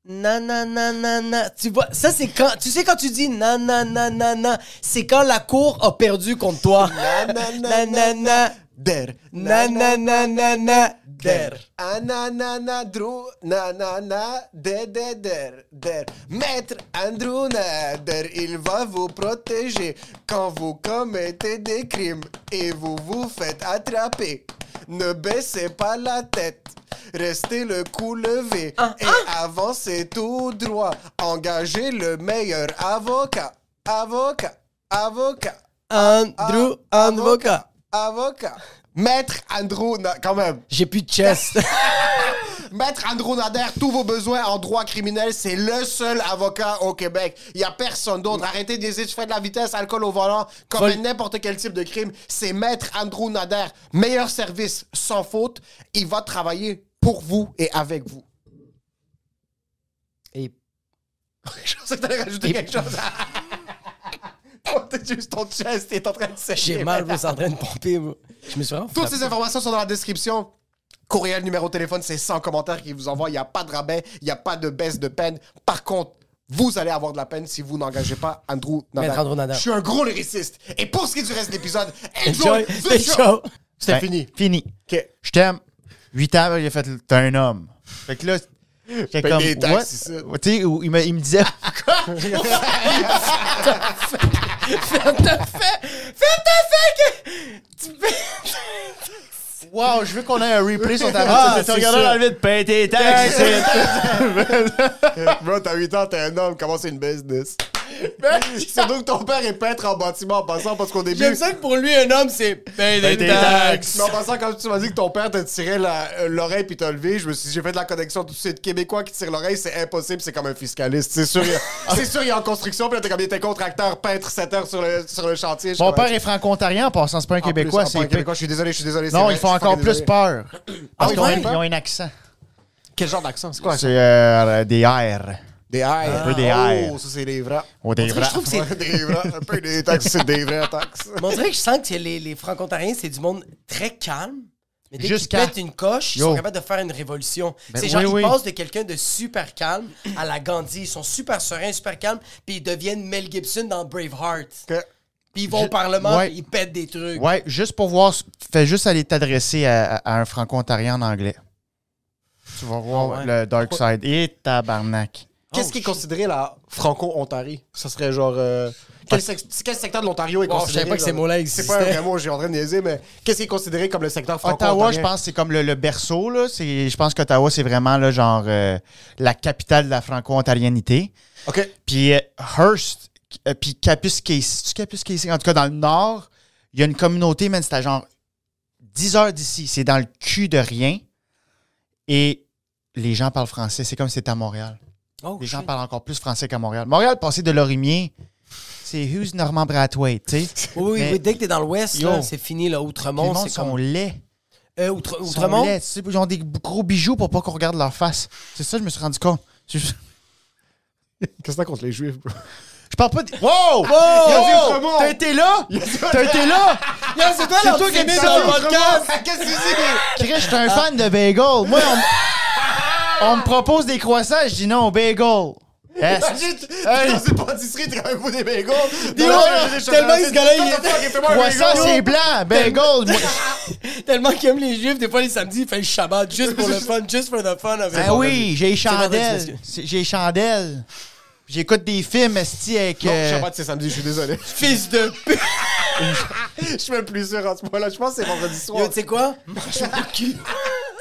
Na na na na na. Tu vois, ça c'est quand. Tu sais quand tu dis na na na na na, c'est quand la cour a perdu contre toi. Na, na, na (laughs) na, na na Der. na na na na na der. Ananana, Drew, nanana, de, de, der, der. Maître Andrew Nader, il va vous protéger quand vous commettez des crimes et vous vous faites attraper. Ne baissez pas la tête, restez le cou levé et avancez tout droit. Engagez le meilleur avocat, avocat, avocat. Andrew ah, Anvoca. Avocat. Maître Andrew, Na- quand même. J'ai plus de chest. Maître Andrew Nader, tous vos besoins en droit criminel, c'est le seul avocat au Québec. Il n'y a personne d'autre. Arrêtez de laisser faire de la vitesse, alcool au volant, Vol- commettre n'importe quel type de crime. C'est Maître Andrew Nader. Meilleur service, sans faute. Il va travailler pour vous et avec vous. (laughs) Et Je pensais que t'allais rajouter quelque chose. (laughs) Oh, t'es juste ton chest est en train de sécher. j'ai mal, vous êtes en train de pomper. vous. Je me suis vraiment. Toutes frappé. ces informations sont dans la description. Courriel, numéro de téléphone, c'est 100 commentaires qui vous envoie. Il n'y a pas de rabais, il n'y a pas de baisse de peine. Par contre, vous allez avoir de la peine si vous n'engagez pas Andrew Nader. Maître Andrew Nader. Je suis un gros lyriciste. Et pour ce qui est du reste de l'épisode, Enjoy enjoy the the show. show. C'était Ben, fini. Fini. OK. Je t'aime. 8 ans, il a fait T'es un homme. Fait que là, j'étais Paye comme. des taxes, what? c'est ça. Tu sais, où il me, il me disait. Ferme ta fait. Ferme ta fait que. Tu fais- Wow, je veux qu'on ait un replay sur ta Ah, route. c'est ça. vide, paye tes taxes. (laughs) Bro, t'as 8 ans, t'es un homme, comment c'est une business? (laughs) Surtout que ton père est peintre en bâtiment en passant parce qu'au début. J'aime ça que pour lui un homme c'est paye des des taxes. Mais en passant, quand tu m'as dit que ton père t'a tiré la- euh, l'oreille puis t'a levé, je me suis dit, j'ai fait de la connexion tout de suite. Québécois qui tire l'oreille, c'est impossible, c'est comme un fiscaliste. C'est sûr, il y (laughs) a- c'est sûr, il est en construction, puis là, t'es comme, il était contracteur, peintre 7 heures sur le, sur le chantier. (laughs) Mon père est franco-ontarien en passant, c'est pas un Québécois. c'est c'est Québécois, je suis désolé, je suis désolé. c'est Non, vrai, ils font je suis encore fucking plus désolé. peur. Parce oui, qu'ils ont, ouais? un- ils ont un accent. Quel genre d'accent, c'est quoi? C'est euh, des R. Des airs. peu des airs. Oh, ça, c'est des vrais. Ou des dirait que je trouve vrais. que c'est- Ouais, des vrais. Un peu des taxes, c'est des vrais taxes. Mais on dirait que je sens que les, les franco-ontariens, c'est du monde très calme. Mais dès qu'ils Jusqu'à- pètent une coche, ils Yo. sont capables de faire une révolution. Ben c'est oui, genre, oui. ils passent de quelqu'un de super calme à la Gandhi. Ils sont super sereins, super calmes, puis ils deviennent Mel Gibson dans Braveheart. Que- Puis ils vont Je- au Parlement, Ouais. puis ils pètent des trucs. Ouais, juste pour voir, fais juste aller t'adresser à, à un franco-ontarien en anglais. Tu vas voir Ah ouais. le dark side. Et tabarnak. Qu'est-ce Oh, qui est considéré la franco-ontarie? Ça serait genre. euh, quel, sec- quel secteur de l'Ontario est Wow, je considéré? savais pas que genre- ces mots-là C'est pas un existaient. vrai mot, j'ai en train de niaiser, mais qu'est-ce qui est considéré comme le secteur franco-ontarien? Ottawa, je pense que c'est comme le, le berceau. Là. C'est- Je pense qu'Ottawa, c'est vraiment là, genre euh, la capitale de la franco-ontarianité. OK. Puis euh, Hearst, euh, puis Capus Casey. Tu Capus Casey? En tout cas, dans le nord, il y a une communauté, man, c'est à genre 10 heures d'ici. C'est dans le cul de rien. Et les gens parlent français. C'est comme si c'était à Montréal. Oh, Les gens shit. parlent encore plus français qu'à Montréal. Montréal, passer de Lorimier, c'est Hughes Normand Brathwaite, tu sais. Oui, oui, Mais oui, dès que t'es dans l'Ouest, Yo. là, c'est fini, là. tout le Outremont, monde c'est sont comme. laids. Euh, Outre- Ils sont Outremont? laids, tu sais, Ils ont des gros bijoux pour pas qu'on regarde leur face. C'est ça, je me suis rendu compte. Je, (laughs) je Qu'est-ce que t'as contre les juifs, bro? parle pas de. Wow! dit Wow! Outremont! T'as été là? T'as été là? Yo, c'est toi, C'est là, toi qui es né c'est dans le ça, podcast! Ah, Qu'est-ce que tu Chris, je suis un fan de bagel. Moi, on, (laughs) me- on me propose des croissants, je dis non, au bagel. Yes. dis? T'es dans une pâtisserie, t'es quand même fou des bagels. Dis ouais, tellement ce gars-là, il est- Croissant, c'est blanc. Bagel. moi- Tellement qu'il aime les juifs, des fois les samedis, il fait le Shabbat juste pour (laughs) le fun, juste for the fun. avec- Ben oui, j'ai les C'est pas vrai, tu chandelles. m'excuses. C'est- J'ai les chandelles. J'écoute des films, esti, avec... euh, Shabbat, c'est samedi, je suis désolé. Fils de pute! (laughs) Je suis même plus sûr en ce moment-là. Je pense que c'est vendredi Yo, soir. Oh, tu sais (laughs) quoi? Mange mon cul.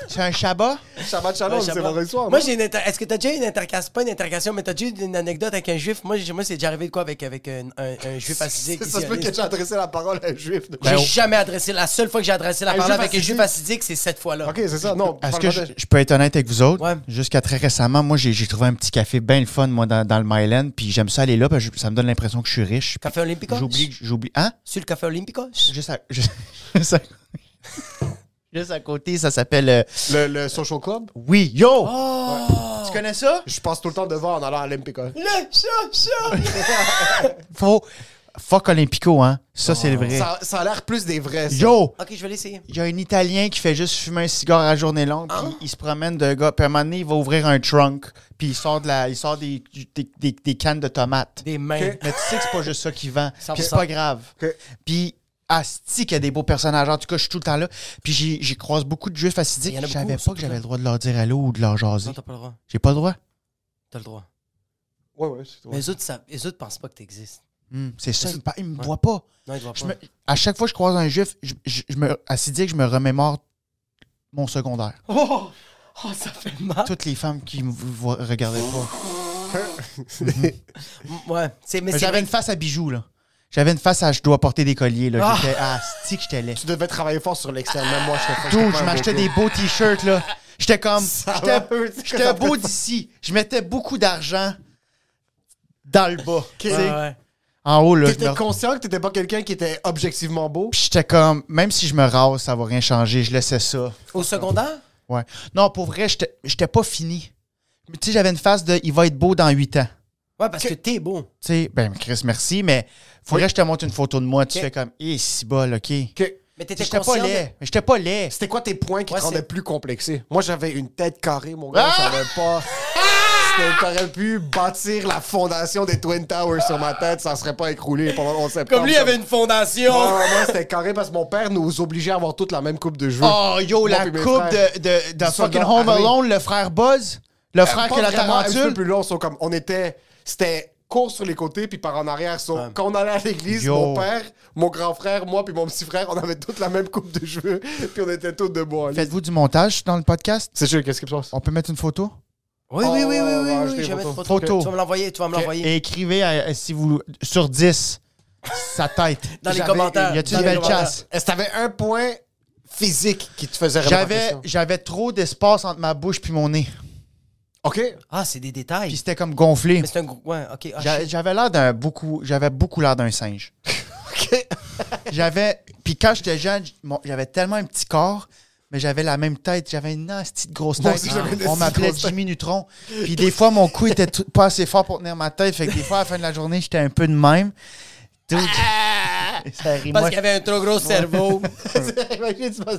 c'est un Shabbat? Shabbat Shalom, c'est vendredi soir. Moi, non? j'ai une inter- Est-ce que t'as déjà une intercation? Pas une intercation, mais t'as déjà eu une anecdote avec un juif? Moi, j'ai- moi c'est déjà arrivé de quoi avec, avec un, un- un juif assidique? (laughs) Ça se peut que sioniste. j'ai adressé la parole à un juif. de- J'ai jamais adressé. La seule fois que j'ai adressé la Un parole juif avec un assidique. juif assidique, c'est cette fois-là. Ok, c'est ça, non. Est-ce parle que pas je, de- je peux être honnête avec vous autres? Ouais. Jusqu'à très récemment, moi, j'ai j'ai trouvé un petit café bien le fun, moi, dans, dans le Myland, puis j'aime ça aller là, parce que je- ça me donne l'impression que je suis riche. Café Olympico? J'oublie, j'oublie... Hein? (laughs) Sur le café Olympico? Juste à... Juste, juste à- Juste à côté, ça s'appelle. euh, Le, le Social Club, oui, yo! Tu connais ça? je passe tout le temps devant en allant à l'Olympica. Le chat, chat! Faut. Fuck Olympico, hein. Ça, c'est le vrai. Ça, ça a l'air plus des vrais. ça. Yo! ok, je vais l'essayer. Il y a un Italien qui fait juste fumer un cigare à journée longue, puis il se promène d'un gars, puis à un moment donné, il va ouvrir un trunk, puis il sort, de la, il sort des, des, des- des cannes de tomates. Des mains. Mais tu sais que c'est pas juste ça qu'il vend, Ça puis me c'est semble. pas grave. Puis, asti qu'il y a des beaux personnages. En tout cas, je suis tout le temps là, puis j'y j'y croise beaucoup de juifs Il assidiques. y en a Je savais beaucoup, pas que surtout. j'avais le droit de leur dire allô ou de leur jaser. Non, t'as pas le droit. J'ai pas le droit. T'as le droit. Ouais, ouais, c'est toi. Mais les autres, savent- les autres pensent pas que t'existes. Hum, c'est ça, Hmm. Mais ils me, c'est- pa- ils me ouais. voient pas. Non, ils te voient Je pas. me- à chaque fois que je croise un juif, je, je, je me, assidique, je me remémore mon secondaire. Oh! Oh, ça fait mal. Toutes les femmes qui me voient- regardaient pas. M- Ouais. C'est, mais c'est Ah, J'avais une face à bijoux, là. J'avais une face à je dois porter des colliers, là. Ah! J'étais asti que j'étais laid. Tu devais travailler fort sur l'externe, même moi, je te fais- Dude, pas je un m'achetais beau des gars. beaux t-shirts, là. (laughs) J'étais comme. Ça j'étais- va, c'est que ça J'étais beau d'ici. Je mettais beaucoup d'argent dans le bas. tu sais. Ouais, ouais. En haut, là. je T'étais me- conscient que t'étais pas quelqu'un qui était objectivement beau? Puis J'étais comme. Même si je me rase, ça va rien changer. Je laissais ça. Au secondaire? Ouais. Non, pour vrai, j'étais j'étais pas fini. Mais tu sais, j'avais une face de il va être beau dans 8 ans. Ouais, parce que, t'es beau. Tu sais, ben Chris, merci, mais faudrait que je te montre une photo de moi. Tu fais comme, eh, si bol, OK. Que- Mais t'étais J'étais pas conscient. de- laid. Mais J'étais pas laid. C'était quoi tes points qui Ouais, te rendaient c'est- plus complexé? Moi, j'avais une tête carrée, mon gars. J'avais pas. C'était- T'aurais pu bâtir la fondation des Twin Towers sur ma tête, ça serait pas écroulé pendant le 11 septembre. Comme lui, il avait une fondation. Non, non, moi, c'était carré parce que mon père nous obligeait à avoir toute la même coupe de jeu. Oh, yo, Moi la puis mes coupe frères. de, de, Du de fucking soldat Home armé. Alone, le frère Buzz, le frère Pas que la vraiment, Un petit peu tarentule. plus long, sont comme on était, c'était court sur les côtés puis par en arrière. So, Quand on allait à l'église, Yo. mon père, mon grand frère, moi puis mon petit frère, on avait toute la même coupe de cheveux (laughs) puis on était tous debout. en ligne. Faites-vous du montage dans le podcast? C'est sûr, qu'est-ce qui se passe On peut mettre une photo? Oui, oui, oui, oui, oui, Oh, on va oui, acheter je vais photo. mettre photo. Photo. Tu vas me l'envoyer, tu vas me l'envoyer. Et écrivez euh, si vous sur 10 (laughs) sa tête. Dans les J'avais- commentaires. Y a-tu Dans une les belle commentaires. chasse? Est-ce que t'avais un point physique qui te faisait remettre en J'avais question? j'avais trop d'espace entre ma bouche puis mon nez. (laughs) OK. Ah, c'est des détails. Puis c'était comme gonflé. Mais c'est un gros. Ouais, ok. ah, J'a- shit. J'avais l'air d'un beaucoup. J'avais beaucoup l'air (laughs) d'un singe. J'avais. Puis quand j'étais jeune, j- mon- j'avais tellement un petit corps, mais j'avais la même tête. J'avais une nasty de grosse Moi tête. aussi, j'avais une nasty On de m'appelait grosse tête. Jimmy Neutron. Puis des fois, mon cou était tout- pas assez fort pour tenir ma tête. Fait que des fois, à la fin de la journée, j'étais un peu de même. Dude, (laughs) ça rit. Ah! Parce Moi, qu'il y avait un trop gros (laughs) cerveau. Imagine, tu passes-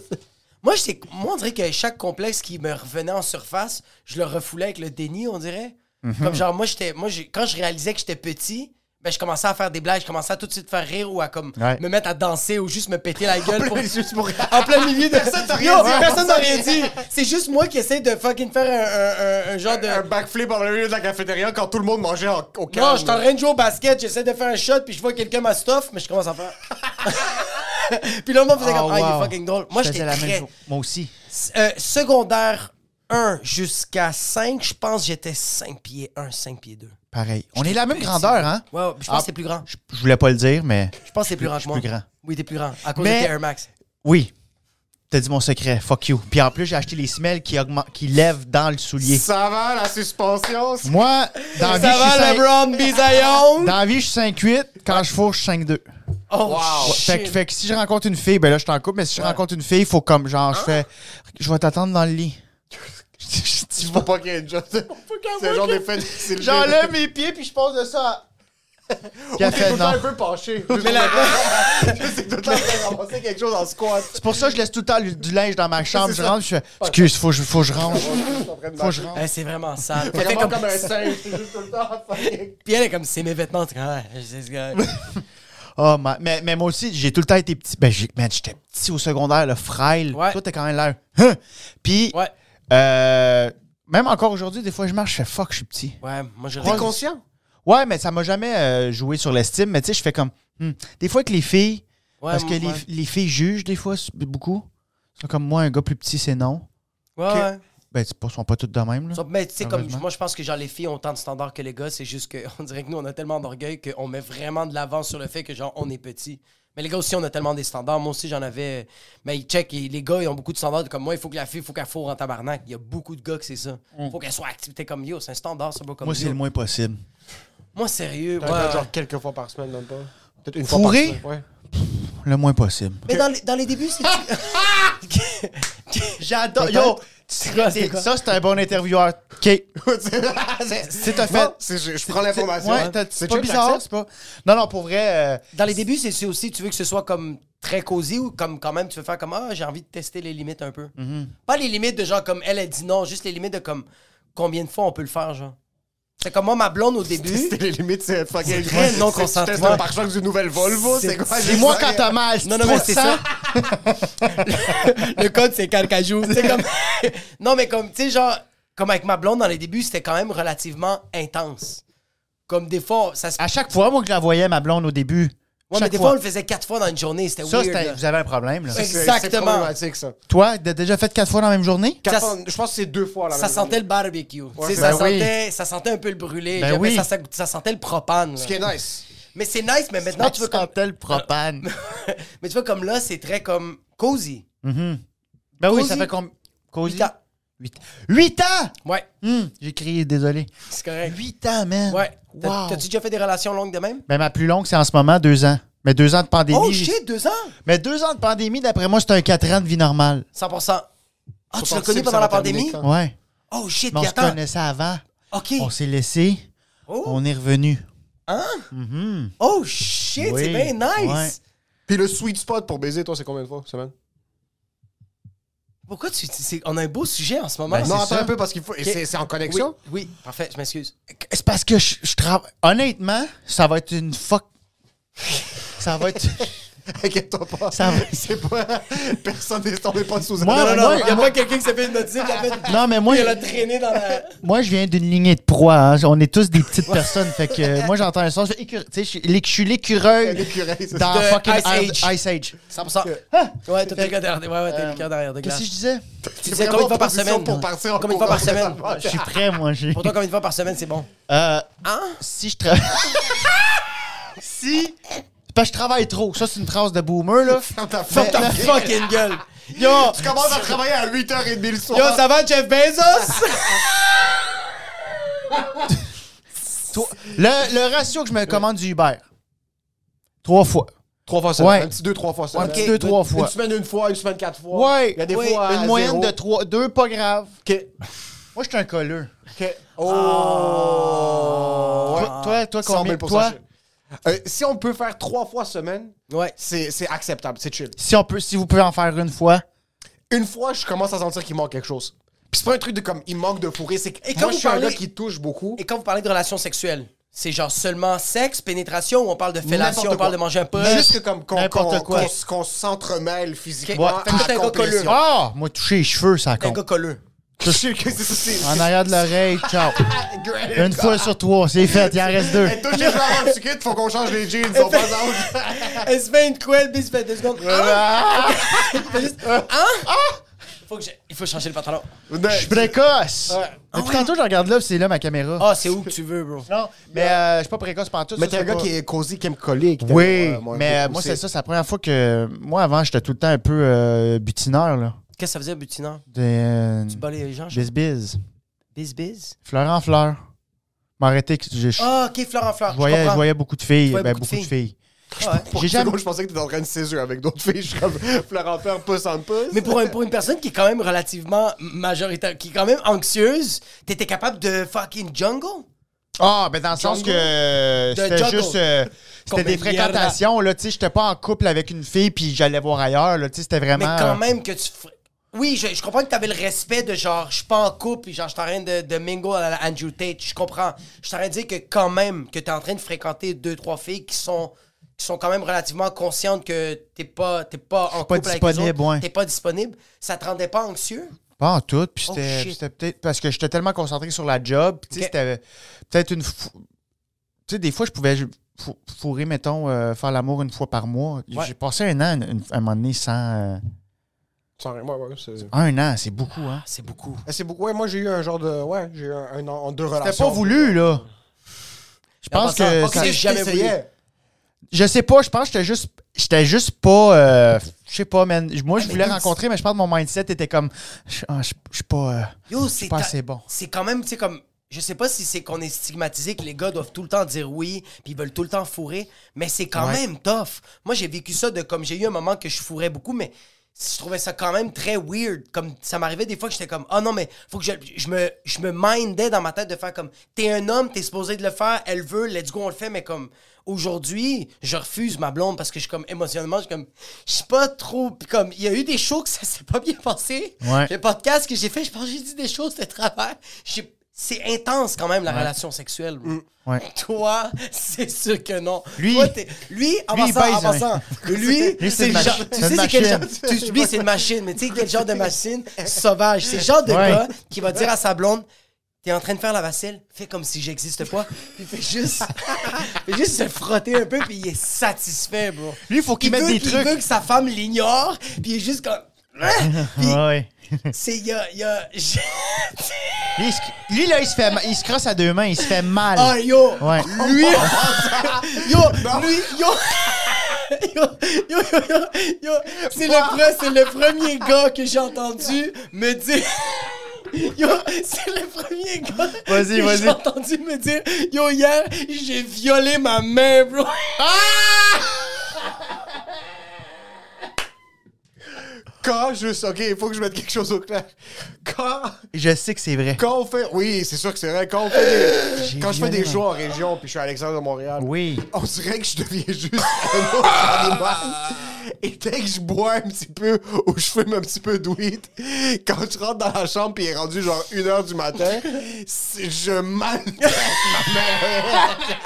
Moi, j'étais- moi, on dirait que chaque complexe qui me revenait en surface, je le refoulais avec le déni, on dirait. Mhm. Comme genre, moi, j'étais, moi j'ai- quand je réalisais que j'étais petit, ben, je commençais à faire des blagues, je commençais à tout de suite faire rire ou à comme Ouais. me mettre à danser ou juste me péter la gueule. pour... juste pour- En plein milieu de... (laughs) Personne t'a rien dit. Personne t'a rien dit. C'est juste moi qui essaie de fucking faire un, un- un- un genre de... un backflip en milieu de la cafétéria quand tout le monde mangeait en- au calme. Non, je suis en train de jouer au basket, j'essaie de faire un shot, puis je vois quelqu'un m'a stuff, mais je commence à faire. (laughs) puis là, le monde faisait comme, Oh, ah, il wow. est fucking drôle. Moi, je faisais j'étais la même très. chose. Moi aussi. Euh, secondaire 1 jusqu'à 5, je pense que j'étais 5 pieds 1, 5 pieds 2. Pareil. On est la même grandeur, hein? Ouais, ouais, je pense que c'est plus grand. Je, je voulais pas le dire, mais. Je pense que c'est plus grand que suis moi. plus grand. Oui, t'es plus grand. À cause Mais- de tes Air Max. Oui. T'as dit mon secret, fuck you. Puis en plus, j'ai acheté les semelles qui, augmentent, qui lèvent dans le soulier. Ça va, la suspension? c'est- Moi, dans la vie, Ça je suis va, cinq- LeBron Bisayon? dans la vie, je suis 5'8", quand je fourche, je suis 5'2". Oh, Wow. shit. Fait que, fait que si je rencontre une fille, ben là, je t'en couple, mais si je rencontre une fille, il faut comme genre, je fais, je vais t'attendre dans le lit. tu Faut vas. pas qu'il y ait une job. C'est le genre des fêtes. c'est le- J'enlève mes pieds, puis je pose de ça. (laughs) à- Puis elle Tout fait le temps non. un peu penché. Mais la- (laughs) C'est tout le temps en train de ramasser quelque chose en squat. C'est pour ça que je laisse tout le temps du- du linge dans ma chambre. Je ça. rentre, je fais, excuse, faut, que je- faut que je rentre. Faut que je rentre. Eh, c'est vraiment sale. C'est Fait vraiment comme- comme un singe. C'est juste tout le temps en train- Puis elle est comme, c'est mes vêtements. C'est comme, ah, c'est ce (laughs) gars. Ah, ma- mais, mais moi aussi, j'ai tout le temps été petit. Ben, j'ai- man, j'étais petit au secondaire, le frêle. Ouais. Toi, t'as quand même l'air. Hein? Puis, Ouais. euh, même encore aujourd'hui, des fois, je marche, je fais fuck, je suis petit. Ouais, moi, je T'es crois. conscient? Ouais, mais ça m'a jamais euh, joué sur l'estime. Mais tu sais, je fais comme. hmm. Des fois, que les filles. Ouais, parce que ouais. les, les filles jugent, des fois, c'est- beaucoup. C'est comme moi, un gars plus petit, c'est non. Ouais, ouais. Ben, c'est pas, sont pas toutes de même, là. Ça, Mais tu sais, comme Heureusement. moi, je pense que genre les filles ont tant de standards que (laughs) les gars, c'est juste qu'on dirait que nous, on a tellement d'orgueil qu'on met vraiment de l'avance sur le fait que genre on est petit. Mais les gars aussi, on a tellement des standards. Moi aussi, j'en avais. Mais check, et les gars, ils ont beaucoup de standards. Comme moi, il faut que la fille, il faut qu'elle fourre en tabarnak. Il y a beaucoup de gars que c'est ça. Il faut qu'elle soit active. T'es comme yo, c'est un standard, ça, bro. Comme Mm. Moi, yo. c'est le moins possible. Moi, sérieux. Ouais, Ouais, ouais. (laughs) genre quelques fois par semaine, même pas. Peut-être une Fourré? fois par semaine. Ouais. le moins possible. Mais dans les, dans les débuts, c'est. (laughs) J'adore. Yo, Yo, tu crois, c'est quoi? ça, c'est un bon intervieweur. OK. c'est t'as fait- Bon, c'est- je, je prends l'information. Ouais, hein. (laughs) t'as- c'est C'est pas chill, bizarre, j'accepte. c'est pas. Non, non, pour vrai. euh, Dans les débuts, c'est c'est aussi, tu veux que ce soit comme très cosy ou comme quand même, tu veux faire comme, ah, j'ai envie de tester les limites un peu. Pas les limites de genre comme elle, elle dit non, juste les limites de comme combien de fois on peut le faire, genre. C'est comme moi, ma blonde au début. (laughs) C'était les limites, c'est fucking C'est très non C'est- tu testes consentant. un pare-choc d'une nouvelle Volvo, C'est- c'est quoi? C'est moi quand t'as mal. Non, non, mais c'est ça. le code, c'est carcajou. C'est comme. (laughs) non, mais comme, tu sais, genre, comme avec ma blonde dans les débuts, c'était quand même relativement intense. Comme des fois, ça se. À chaque fois, moi, que je la voyais, ma blonde, au début. Ouais, mais chaque des fois, on le faisait quatre fois dans une journée. C'était Ça, weird. c'était- là. vous avez un problème, là. Ouais. C'est- C'est Exactement. problématique, ça. Toi, t'as déjà fait quatre fois dans la même journée? Quatre Ça- fois, je pense que c'est deux fois la Ça même sentait journée. le barbecue. Tu sais, c'est ça, ben oui. sentait, ça sentait un peu le brûlé. Ben J'avais- oui. ça, ça- ça sentait le propane. là. Ce qui est nice. Mais c'est nice, mais maintenant, tu veux Euh, comme... le propane? mais tu vois, comme là, c'est très comme cozy. Ben oui, Cozy. ça fait combien? Cozy? Huit ans. Huit, Huit ans! Ouais, Hum, J'ai crié, désolé. c'est correct. Huit ans, man. Ouais. T'as- Wow. T'as-tu déjà fait des relations longues de même? Ben, ma plus longue, c'est en ce moment, deux ans. Mais deux ans de pandémie. Oh j'ai- shit, deux ans! Mais deux ans de pandémie, d'après moi, c'est un quatre ans de vie normale. 100%. Ah, tu l'as Pensez connu que pendant ça la va pandémie? terminer quand? Ouais. Oh shit, Mais on puis se attends. connaissait avant. OK. On s'est laissé. Oh, On est revenu. oh shit, Oui. c'est bien nice! Puis le sweet spot pour baiser, toi, c'est combien de fois, semaine? Pourquoi tu... c'est- On a un beau sujet en ce moment. Ben, Non, c'est attends ça. un peu parce qu'il faut. et c'est- C'est en oui, connexion? oui, parfait, je m'excuse. C'est parce que je, je travaille. Honnêtement, ça va être une fuck. ça (laughs) va être. Inquiète-toi pas. Ça va- (laughs) C'est pas. Personne n'est tombé pas sous Moi, Non, non, non, moi, il n'y a pas quelqu'un qui s'est fait une notice, (laughs) qui a fait... Ah, Non, mais moi, Il a traîné dans la... moi, je viens d'une lignée de proies. hein. On est tous des petites personnes. Fait que euh, moi, j'entends un son. Je fais écure- tu sais, je suis l'éc- je suis l'écureuil L'écureuil, c'est dans De fucking Ice Ice Age. Ice Age. Hein? 100%. Ouais, t'as le cœur derrière, ouais, ouais, t'as Euh, le cœur derrière de euh, Qu'est-ce glace. que je disais? Tu disais combien de fois par Position semaine? pour partir en Combien de fois par courant, (laughs) semaine? Je suis prêt, moi. j'ai- Pour toi, combien de fois par semaine, c'est bon? Euh, Hein? si je travaille. (laughs) si. C'est Parce que je travaille trop. Ça, c'est une trace de boomer, là. ta Ferme ta gueule. fucking gueule! Yo! Tu commences à travailler à 8h30 le soir. Yo, ça va, Jeff (laughs) Bezos? Toi- le, le ratio que je me commande du Uber. Trois fois. Trois fois Ouais. semaine. Un petit deux, trois fois Un semaine. petit deux, trois Une fois. semaine, une fois, une semaine, quatre fois. Ouais. Il y a des ouais. fois. Une à moyenne zéro. de trois. Deux, pas grave. Ok. Moi, je suis un colleux. Ok. Oh. Toi, toi, toi, combien? 100 000 Toi, Euh, si on peut faire trois fois semaine, Ouais. c'est c'est acceptable, c'est chill. si, on peut, si vous pouvez en faire une fois. Une fois, je commence à sentir qu'il manque quelque chose. Puis c'est pas un truc de comme il manque de fourré, c'est que Et quand moi vous je suis un parlez- gars qui touche beaucoup. Et quand vous parlez de relations sexuelles, c'est genre seulement sexe, pénétration, ou on parle de N'importe fellation, on quoi. parle de manger un peu? Juste que comme qu'on N'importe qu'on- quoi. qu'on s- qu'on s'entremêle physiquement. Ouais. Fait que à t'es un gars complétion. colleux. Ah! Moi, toucher les cheveux, ça T'es un Ben, gars compte. colleux. Je sais que c'est ça, c'est- En arrière de l'oreille, ciao. Une fois sur trois, c'est fait. Il en reste deux. Hey, touche les gens avant le sucre, faut qu'on change les jeans, on passe à autre. Elle se fait une couelle, puis il se fait deux secondes. Hein? Ah, Il fait juste... Hein? Ah! Faut que j'ai- Il faut changer le pantalon. (laughs) Je suis précoce. Depuis tantôt, je regarde là, puis c'est là ma caméra. Ah, c'est où que tu veux, bro? Non, mais euh, je suis pas précoce partout. Mais ça, t'es un c'est gars pas- qui est cosy, qui aime coller. qui t'aime, Oui, euh, mais euh, pousser. moi, c'est ça, c'est la première fois que. Moi, avant, j'étais tout le temps un peu euh, butineur, là. Qu'est-ce que ça veut dire, butinant? Des. euh, Tu hein? bats les gens? je- Biz-biz. Biz, biz? Fleur en fleur. M'arrêter que j'ai- je, Ah, ok, fleur en fleur. je voyais, je comprends. voyais beaucoup de filles. Je voyais ben, beaucoup beaucoup, de de filles. Ouais. Pour J'ai une seconde, jamais- Je pensais que t'étais en train de césure avec d'autres filles. Je suis comme (laughs) fleur en fleur, pouce en pouce. Mais pour, un- pour une personne qui est quand même relativement majoritaire, qui est quand même anxieuse, t'étais capable de fucking jungle? Ah, ben dans le sens que Jungle. euh, De c'était jungle. juste. euh, c'était des Comme une merde. fréquentations, là. Tu sais, j'étais pas en couple avec une fille puis j'allais voir ailleurs, là. Tu sais, c'était Mais vraiment. quand euh, même que tu. f- Oui, je, je comprends que t'avais le respect de genre, je suis pas en couple, et genre, je suis en train de, de mingle à la Andrew Tate. Je comprends. Je suis en train de dire que quand même, que t'es en train de fréquenter deux, trois filles qui sont qui sont quand même relativement conscientes que t'es pas, t'es pas en pas couple avec disponible, les autres, ouais. t'es pas disponible, ça te rendait pas anxieux? Pas en tout, puis Oh, c'était shit. c'était peut-être parce que j'étais tellement concentré sur la job, puis tu sais, Ok. c'était peut-être une fou- tu sais des fois je pouvais ju- fou- fourrer mettons euh, faire l'amour une fois par mois. Ouais. J'ai passé un an une- un moment donné sans euh, Sans rien, ouais, ouais, c'est- un an, c'est beaucoup hein. C'est beaucoup. Ah, c'est beaucoup. Ouais, moi, j'ai eu un genre de. Ouais, j'ai eu un, un an en deux relations. C'était pas voulu là. Je pense que Ok, ça- j'ai jamais voulu. je sais pas, je pense que j'étais juste j'étais juste pas euh, je sais pas man, moi je voulais rencontrer mais je pense que mon mindset était comme je ah, je- je suis pas euh, Yo, je suis c'est pas ta- assez bon. C'est quand même, tu sais, comme je sais pas si c'est qu'on est stigmatisé que les gars doivent tout le temps dire oui, puis ils veulent tout le temps fourrer, mais c'est quand Ouais. même tough. Moi, j'ai vécu ça de comme j'ai eu un moment que je fourrais beaucoup, mais je trouvais ça quand même très weird. Comme ça m'arrivait des fois que j'étais comme "Ah non, mais faut que je, je me je me mindais dans ma tête de faire comme t'es un homme, t'es supposé de le faire, elle veut, let's go on le fait, mais comme aujourd'hui, je refuse ma blonde parce que je suis comme émotionnellement, je suis comme je suis pas trop puis comme il y a eu des shows que ça s'est pas bien passé. Ouais. Le podcast que j'ai fait, je pense que j'ai dit des choses de travers. J'ai- C'est intense quand même la relation sexuelle. bro. Ouais. Toi, (laughs) c'est sûr que non. Mm. Lui- Toi, t'es- lui, en lui, il passant, en baise, ouais. passant, lui, (laughs) Lui, c'est c'est une le machi- genre- c'est tu une sais, c'est quel genre, machine. tu- lui, c'est une machine, mais tu sais, quel genre de machine sauvage. C'est le genre de Ouais. gars qui va dire à sa blonde, t'es en train de faire la vaisselle, fais comme si j'existe pas. Puis fait juste, (laughs) fait juste se frotter un peu, puis il est satisfait, bro. Lui, il faut qu'il mette veut- des trucs. Il veut que sa femme l'ignore, puis il est juste comme. (laughs) Puis Ouais. c'est. Il y a. il Y a (laughs) Lui, il se- lui, là, il se fait, ma- il se crosse à deux mains, il se fait mal. Ah, yo! Ouais. (laughs) Lui! yo! Lui! Yo! (laughs) Yo, yo, yo, yo, yo. c'est le, pre- c'est le premier gars que j'ai entendu me dire. (laughs) Yo, c'est le premier gars Vas-y, que vas-y. j'ai entendu me dire Yo, hier, j'ai violé ma main, bro. (laughs) Ah! Quand juste, ok, il faut que je mette quelque chose au clair. Quand. Je sais que c'est vrai. Quand on fait. Oui, c'est sûr que c'est vrai. Quand on fait J'ai des. Quand je fais violé des ma- jeux en région, puis je suis à Alexandre de Montréal. Oui. On dirait que je deviens juste un autre animal. Et dès que je bois un petit peu ou je fume un petit peu de weed, quand je rentre dans la chambre puis il est rendu genre 1h du matin, c'est- je maltraite ma mère.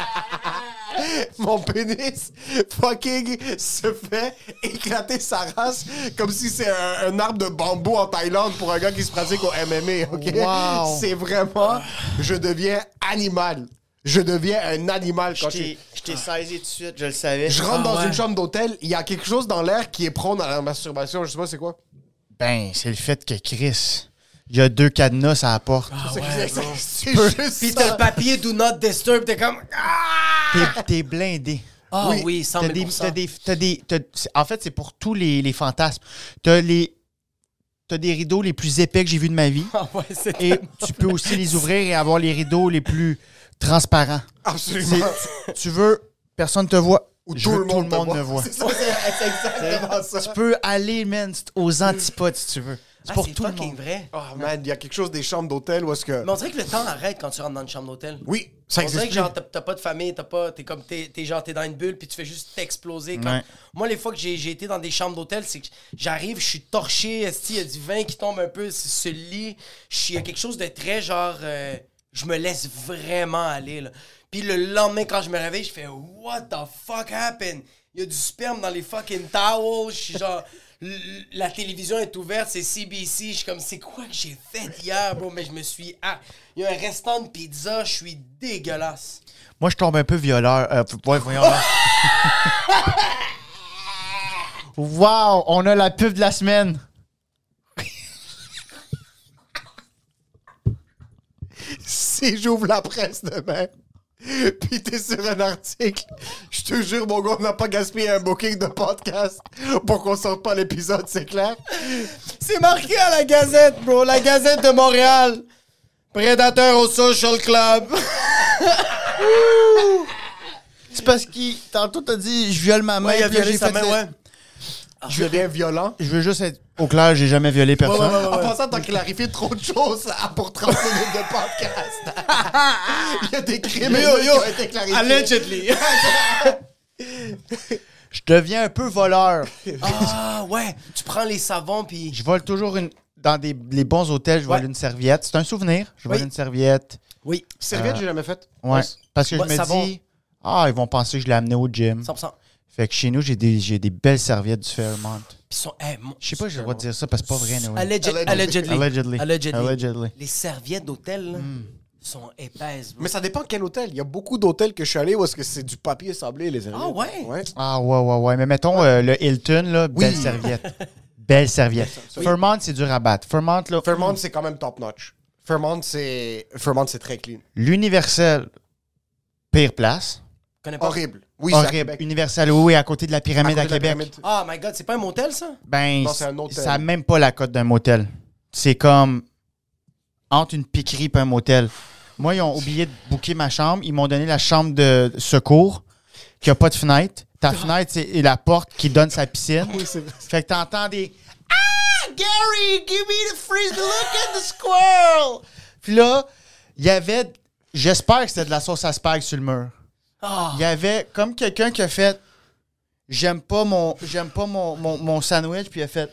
Mon pénis fucking se fait éclater sa race comme si c'est un, un arbre de bambou en Thaïlande pour un gars qui se pratique au MMA, ok? Wow. C'est vraiment... Je deviens animal. Je deviens un animal quand je suis... saisi tout de suite, je le savais. Je rentre dans Ah, ouais. une chambre d'hôtel, il y a quelque chose dans l'air qui est prône à la masturbation, je sais pas c'est quoi. Ben, c'est le fait que Chris, il y a deux cadenas à la porte. Ah, C'est- c'est- c'est juste Pis t'as ça. le papier Do Not Disturb, t'es comme. Ah T'es- T'es blindé. Ah oui, 100 000 T'as des, t'as des- t'as des- t'as- c'est- en fait, c'est pour tous les, les fantasmes. T'as les, t'as des rideaux les plus épais que j'ai vus de ma (laughs) vie. (laughs) Ah ouais, c'est Et tu peux aussi les ouvrir et avoir les rideaux les plus transparents. Absolument. C'est- tu veux, personne te voit. Où Je veux que tout le monde me (laughs) voit. C'est ça, c'est- c'est exactement ça. Tu peux aller, man, c'est aux antipodes si tu veux. C'est Ah, pour c'est tout le fucking monde. vrai. Ah, Oh man, il y a quelque chose des chambres d'hôtel où est-ce que... Mais on dirait que le temps arrête quand tu rentres dans une chambre d'hôtel. Oui, ça On dirait existe que plus. genre t'as t'as pas de famille, t'as pas, t'es comme t'es, t'es genre t'es dans une bulle puis tu fais juste t'exploser. comme- Ouais. Moi les fois que j'ai, j'ai été dans des chambres d'hôtel, c'est que j'arrive, je suis torché, esti, il y a du vin qui tombe un peu, c'est ce lit, je suis- il y a quelque chose de très genre, euh, je me laisse vraiment aller là. Puis le lendemain quand je me réveille, je fais what the fuck happened? Il y a du sperme dans les fucking towels, je suis genre l- la télévision est ouverte, c'est CBC, je suis comme c'est quoi que j'ai fait hier, bro? Mais je me suis ah, il y a un restant de pizza, je suis dégueulasse. Moi, je tombe un peu violeur. Euh, ouais, (laughs) voyons là. wow, on a la pub de la semaine. (laughs) Si j'ouvre la presse demain, puis t'es sur un article, je te jure, mon gars, on n'a pas gaspillé un booking de podcast pour qu'on sorte pas l'épisode, c'est clair? C'est marqué à la Gazette, bro. La Gazette de Montréal. Prédateur au Social Club. C'est parce que tantôt t'as dit je viole ma main. Ouais, il a puis là, violé j'ai sa fait main, le- ouais. Ah. Je deviens (laughs) violent. Je veux juste être au clair, j'ai jamais violé personne. En passant, t'as clarifié trop de choses là, pour 30 (laughs) minutes de podcast. Il y a des crimes Yo, qui yo. ont été (laughs) clarifiés. Allegedly. Je deviens un (laughs) peu voleur. ah ouais. Tu prends les savons puis. Je vole toujours une dans des, les bons hôtels, je vole Ouais. une serviette. C'est un souvenir. Je vole Oui. une serviette. Oui. Serviette, j'ai jamais faite. Ouais. Parce que Ouais, je me savon. dis ah, ils vont penser que je l'ai amené au gym. 100%. Fait que chez nous, j'ai des, j'ai des belles serviettes du Fairmont. Ils sont. eh, mon- Je sais pas, j'ai le droit de dire ça parce que c'est pas vrai, Noé. Alleged- Allegedly. Allegedly. Allegedly. Allegedly. Allegedly. Les serviettes d'hôtel là, sont épaisses, bro. Hmm. Mais ça dépend quel hôtel. Il y a beaucoup d'hôtels que je suis allé où est-ce que c'est du papier sablé, les amis. Ah ouais? Ah ouais, ouais, ouais. Mais mettons euh, le Hilton, là, belle serviette. (laughs) belle serviette. Fairmont, c'est du rabat. Fairmont, là, Fairmont, c'est quand même top-notch. Fairmont, c'est... Fairmont, c'est très clean. l'universel, pire place. Je connais pas. Horrible. Oui, c'est à Horrible. Québec. Universal, oui, oui, à côté de la À pyramide à, côté de la Québec. pyramide. Ah my god, c'est pas un motel ça? Ben, Non, c'est un hôtel. ça n'a même pas la cote d'un motel. C'est comme entre une piquerie et un motel. Moi, ils ont oublié de booker ma chambre. Ils m'ont donné la chambre de secours qui a pas de fenêtre. Ta fenêtre, c'est et la porte qui donne sa piscine. Fait que t'entends des Ah, Gary, give me the freeze, look at the squirrel. Puis là, il y avait, j'espère que c'était de la sauce à spag sur le mur. Il y avait comme quelqu'un qui a fait J'aime pas mon, j'aime pas mon, mon, mon sandwich, puis il a fait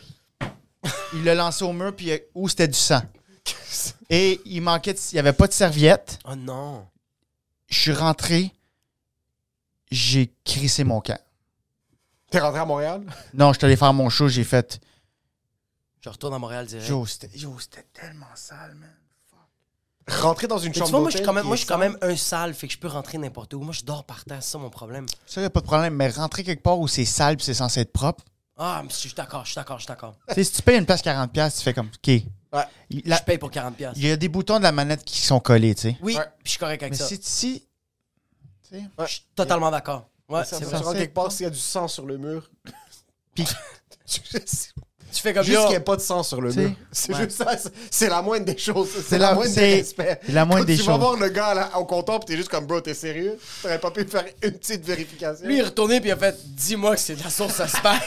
Il l'a lancé au mur, puis il a- où c'était du sang. Et il manquait, de- il y avait pas de serviette Oh non. je suis rentré, j'ai crissé mon camp. T'es rentré à Montréal? Non, je suis allé faire mon show, j'ai fait. Je retourne à Montréal direct. Yo, c'était yo, c'était tellement sale, man. Rentré dans une Mais chambre tu vois, moi, je d'hôtel suis quand même, qui moi, est je suis quand même un sale, fait que je peux rentrer n'importe où. Moi, je dors par terre, c'est ça mon problème. Ça, y a pas de problème, mais rentrer quelque part où c'est sale pis c'est censé être propre. Ah, mais je suis d'accord, je suis d'accord, je suis d'accord. tu sais, si tu payes une place 40$, tu fais comme. OK. Ouais. Il la- Je paye pour 40$. piastres. il y a des boutons de la manette qui sont collés, tu sais. Oui, Ouais. puis je suis correct avec Mais ça. si. si tu sais, Je suis totalement d'accord. Ouais, Ça c'est me vrai. ça. rend quelque part s'il y a du sang sur le mur. Puis- Tu- (laughs) juste Tu fais comme qu'il yo. n'y ait pas de sang sur le T'sais. mur. C'est juste ça. c'est- C'est la moindre des choses. C'est la- la moindre c'est- des respects. c'est la moindre Quand des Tu vas choses. voir le gars là, au comptoir, puis t'es juste comme, bro, t'es sérieux? T'aurais pas pu faire une petite vérification? Lui, il est retourné, puis il a fait Dis-moi que c'est de la sauce à (laughs) spag.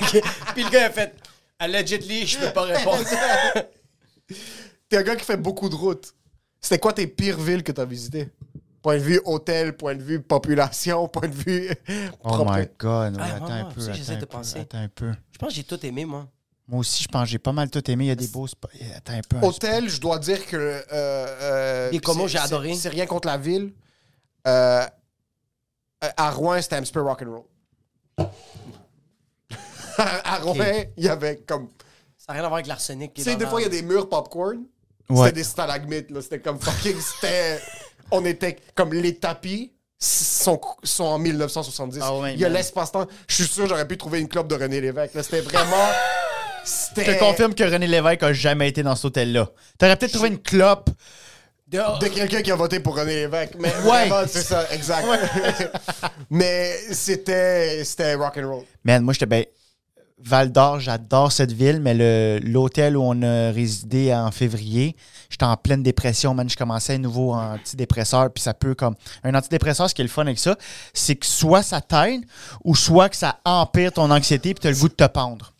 puis le gars, il a fait Allegedly, je peux pas (laughs) répondre. T'es un gars qui fait beaucoup de routes. C'était quoi tes pires villes que t'as visitées? Point de vue hôtel, point de vue population, point de vue (laughs) Oh propre. my god, ouais, Ah, attends ouais, un ouais, peu. ça, j'essaie Attends un de peu, penser. attends un peu. je pense que j'ai tout aimé, moi. Moi aussi, je pense que j'ai pas mal tout aimé. Il y a des beaux spots. Attends un peu. hein. un Hôtel, je dois dire que. euh, euh, Les Comos, c'est- j'ai c'est- adoré. C'est rien contre la ville. Euh, euh, à Rouen, c'était un petit peu rock'n'roll. (laughs) (laughs) à à Rouen, il y avait comme. Ça n'a rien à voir avec l'arsenic. Tu sais, des fois, il y a des murs popcorn. Ouais. C'était des stalagmites, là. C'était comme fucking. C'était. On était comme les tapis. Sont, sont en 1970. Ah ouais, Il y a man. l'espace-temps. Je suis sûr j'aurais pu trouver une clope de René Lévesque. là. C'était vraiment. Je C'était. te confirme que René Lévesque a jamais été dans cet hôtel-là. T'aurais peut-être trouvé une clope. de quelqu'un qui a voté pour René Lévesque. Mais Ouais. vraiment, c'est ça, exact. (laughs) mais c'était c'était rock and roll. Man, moi, j'étais ben, Val d'Or, j'adore cette ville, mais le- l'hôtel où on a résidé en février, j'étais en pleine dépression, man. Je commençais à nouveau en antidépresseur, puis ça peut comme. Un antidépresseur, ce qui est le fun avec ça, c'est que soit ça t'aide ou soit que ça empire ton anxiété, puis t'as le goût de te pendre.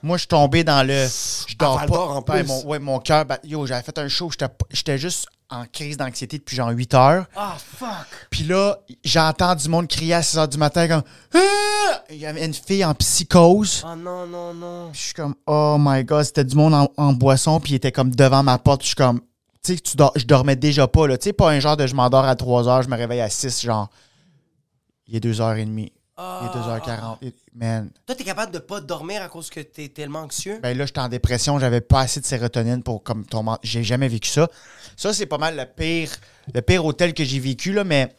Moi, je suis tombé dans le. Je dors Ah! Val pas. d'Or, en Ouais, plus. mon, ouais, mon cœur, bat- yo, j'avais fait un show, j'étais pas- j'étais juste en crise d'anxiété depuis genre 8 heures. Ah, fuck. Puis là, j'entends du monde crier à 6 h du matin comme Ah! Il y avait une fille en psychose. Ah non, non, non. Puis je suis comme Oh my god, c'était du monde en, en boisson, puis il était comme devant ma porte. Puis je suis comme Tu sais, tu dors- je dormais déjà pas, là. Tu sais, pas un genre de je m'endors à 3 h, je me réveille à 6, genre Il est 2h30. Il est 2h40. Il- Man. Toi, t'es capable de pas dormir à cause que t'es tellement anxieux? Ben là, j'étais en dépression, j'avais pas assez de sérotonine pour comme tomber. en- J'ai jamais vécu ça. Ça, c'est pas mal le pire, le pire hôtel que j'ai vécu, là, mais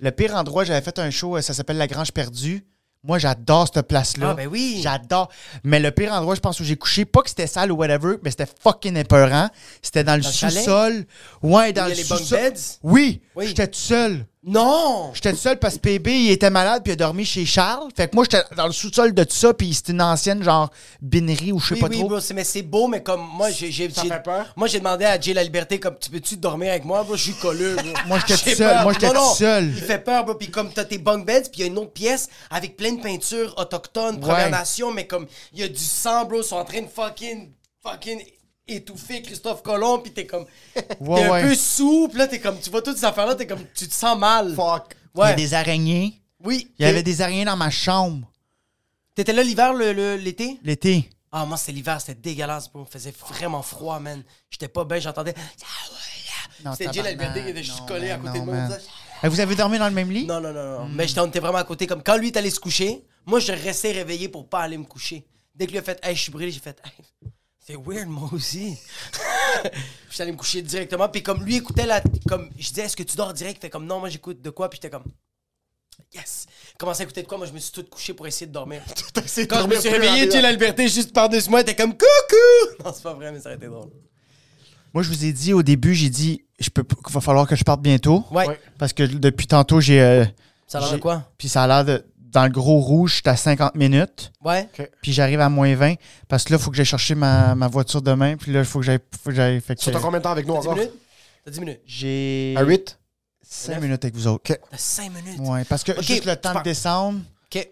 le pire endroit, j'avais fait un show, euh, ça s'appelle La Grange Perdue. Moi, j'adore cette place-là. Ah, ben oui. J'adore. Mais le pire endroit, je pense, où j'ai couché, pas que c'était sale ou whatever, mais c'était fucking épeurant. C'était dans le le chalet? sous-sol. Ouais, dans il y a le les bunk sous-sol. beds? Oui, Oui. j'étais tout seul. Non! J'étais tout seul parce que PB, il était malade puis il a dormi chez Charles. Fait que moi, j'étais dans le sous-sol de tout ça puis c'était une ancienne, genre, binerie ou je sais Oui, pas oui, trop. bro, c'est- mais c'est beau, mais comme moi, j'ai. j'ai- Ça j'ai- fait peur? Moi, j'ai demandé à Jay La Liberté, comme, tu peux-tu dormir avec moi, bro? Je suis colleux, bro. (laughs) Moi, j'étais J'ai tout seul. peur. Moi, j'étais Non, non. tout seul. Il fait peur, bro. Puis comme t'as tes bunk beds, puis il y a une autre pièce avec plein de peintures autochtones, Première Ouais. Nation, mais comme il y a du sang, bro. Ils sont en train de fucking. fucking étouffer Christophe Colomb, puis t'es (laughs) comme. Ouais, t'es un ouais. peu souple, là. T'es comme. Tu vois toutes ces affaires-là, t'es comme. Tu te sens mal. Fuck. Il y a Ouais. des araignées. Oui. Il y avait des araignées dans ma chambre T'étais là l'hiver, le- le- l'été? l'été. Ah, moi, c'était l'hiver, c'était dégueulasse, bro. Il faisait vraiment froid, man. J'étais pas bien, j'entendais. Ah, Non, C'était Jill tabarnak, Alberté qui était juste non, collé à man, côté de non, moi. il me man. disait, Eh, Vous avez dormi dans le même lit? Non, non, non, non. Mais j'étais- on était vraiment à côté. Comme quand lui est allé se coucher, moi, je restais réveillé pour pas aller me coucher. Dès que lui a fait, hey, je suis brûlé, j'ai fait, hey, c'est weird, moi aussi. (laughs) je suis allé me coucher directement. Puis comme lui écoutait la. Comme je disais, est-ce que tu dors direct? Il fait comme, non, moi, j'écoute de quoi? Puis j'étais comme. Yes! Il Commençait à écouter de quoi? Moi, je me suis tout couché pour essayer de dormir. essayé de Quand je me dormir suis plus réveillé, rapidement. Jill Alberté, juste par-dessus moi, était comme coucou! (laughs) Non, c'est pas vrai, mais ça aurait été drôle. Moi, je vous ai dit au début, j'ai dit, je peux, p- qu'il va falloir que je parte bientôt. Ouais. Parce que depuis tantôt, j'ai. euh, Ça a l'air de j'ai- quoi? Puis ça a l'air de. Dans le gros rouge, j'étais à 50 minutes. Ouais. Puis j'arrive à moins 20. Parce que là, il faut que j'aille chercher ma, ma voiture demain. Puis là, il faut que j'aille. faut que j'aille- fait que- Tu as combien de temps avec nous T'as 10 encore? minutes? T'as 10 minutes. J'ai. À 8? 5 minutes avec vous autres. T'as 5 minutes. Ouais, parce que Ok, juste le tu temps de pars. descendre, OK.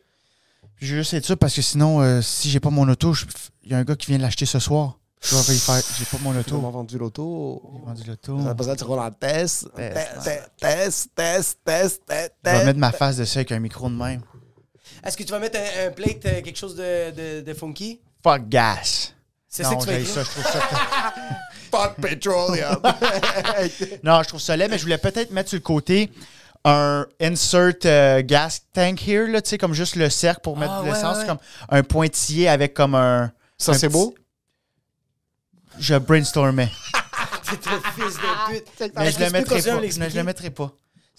puis je vais juste être sûr parce que sinon, euh, si j'ai pas mon auto, je- il y a un gars qui vient l'acheter ce soir. Je vais y faire. J'ai pas mon On m'a auto. vendu l'auto. J'ai vendu l'auto. Ça a Je besoin de rouler en test. Test, Test, test, test, test, test, vais test. mettre ma face dessus avec un micro de même. Est-ce que tu vas mettre un, un plate, euh, quelque chose de, de, de funky? Fuck gas. C'est ça Non, que tu vas j'haïs écrire? ça, je trouve ça. Fuck (laughs) petroleum. Non, je trouve ça laid, mais je voulais peut-être mettre sur le côté un insert euh, gas tank here, là, tu sais, comme juste le cercle pour mettre Ah, de ouais, l'essence, ouais. comme un pointillé avec comme un. Ça, un c'est petit- beau? Je brainstormais. T'es un fils de pute. Ah, Mais je le mettrai pas. Mais Mais je le mettrai pas.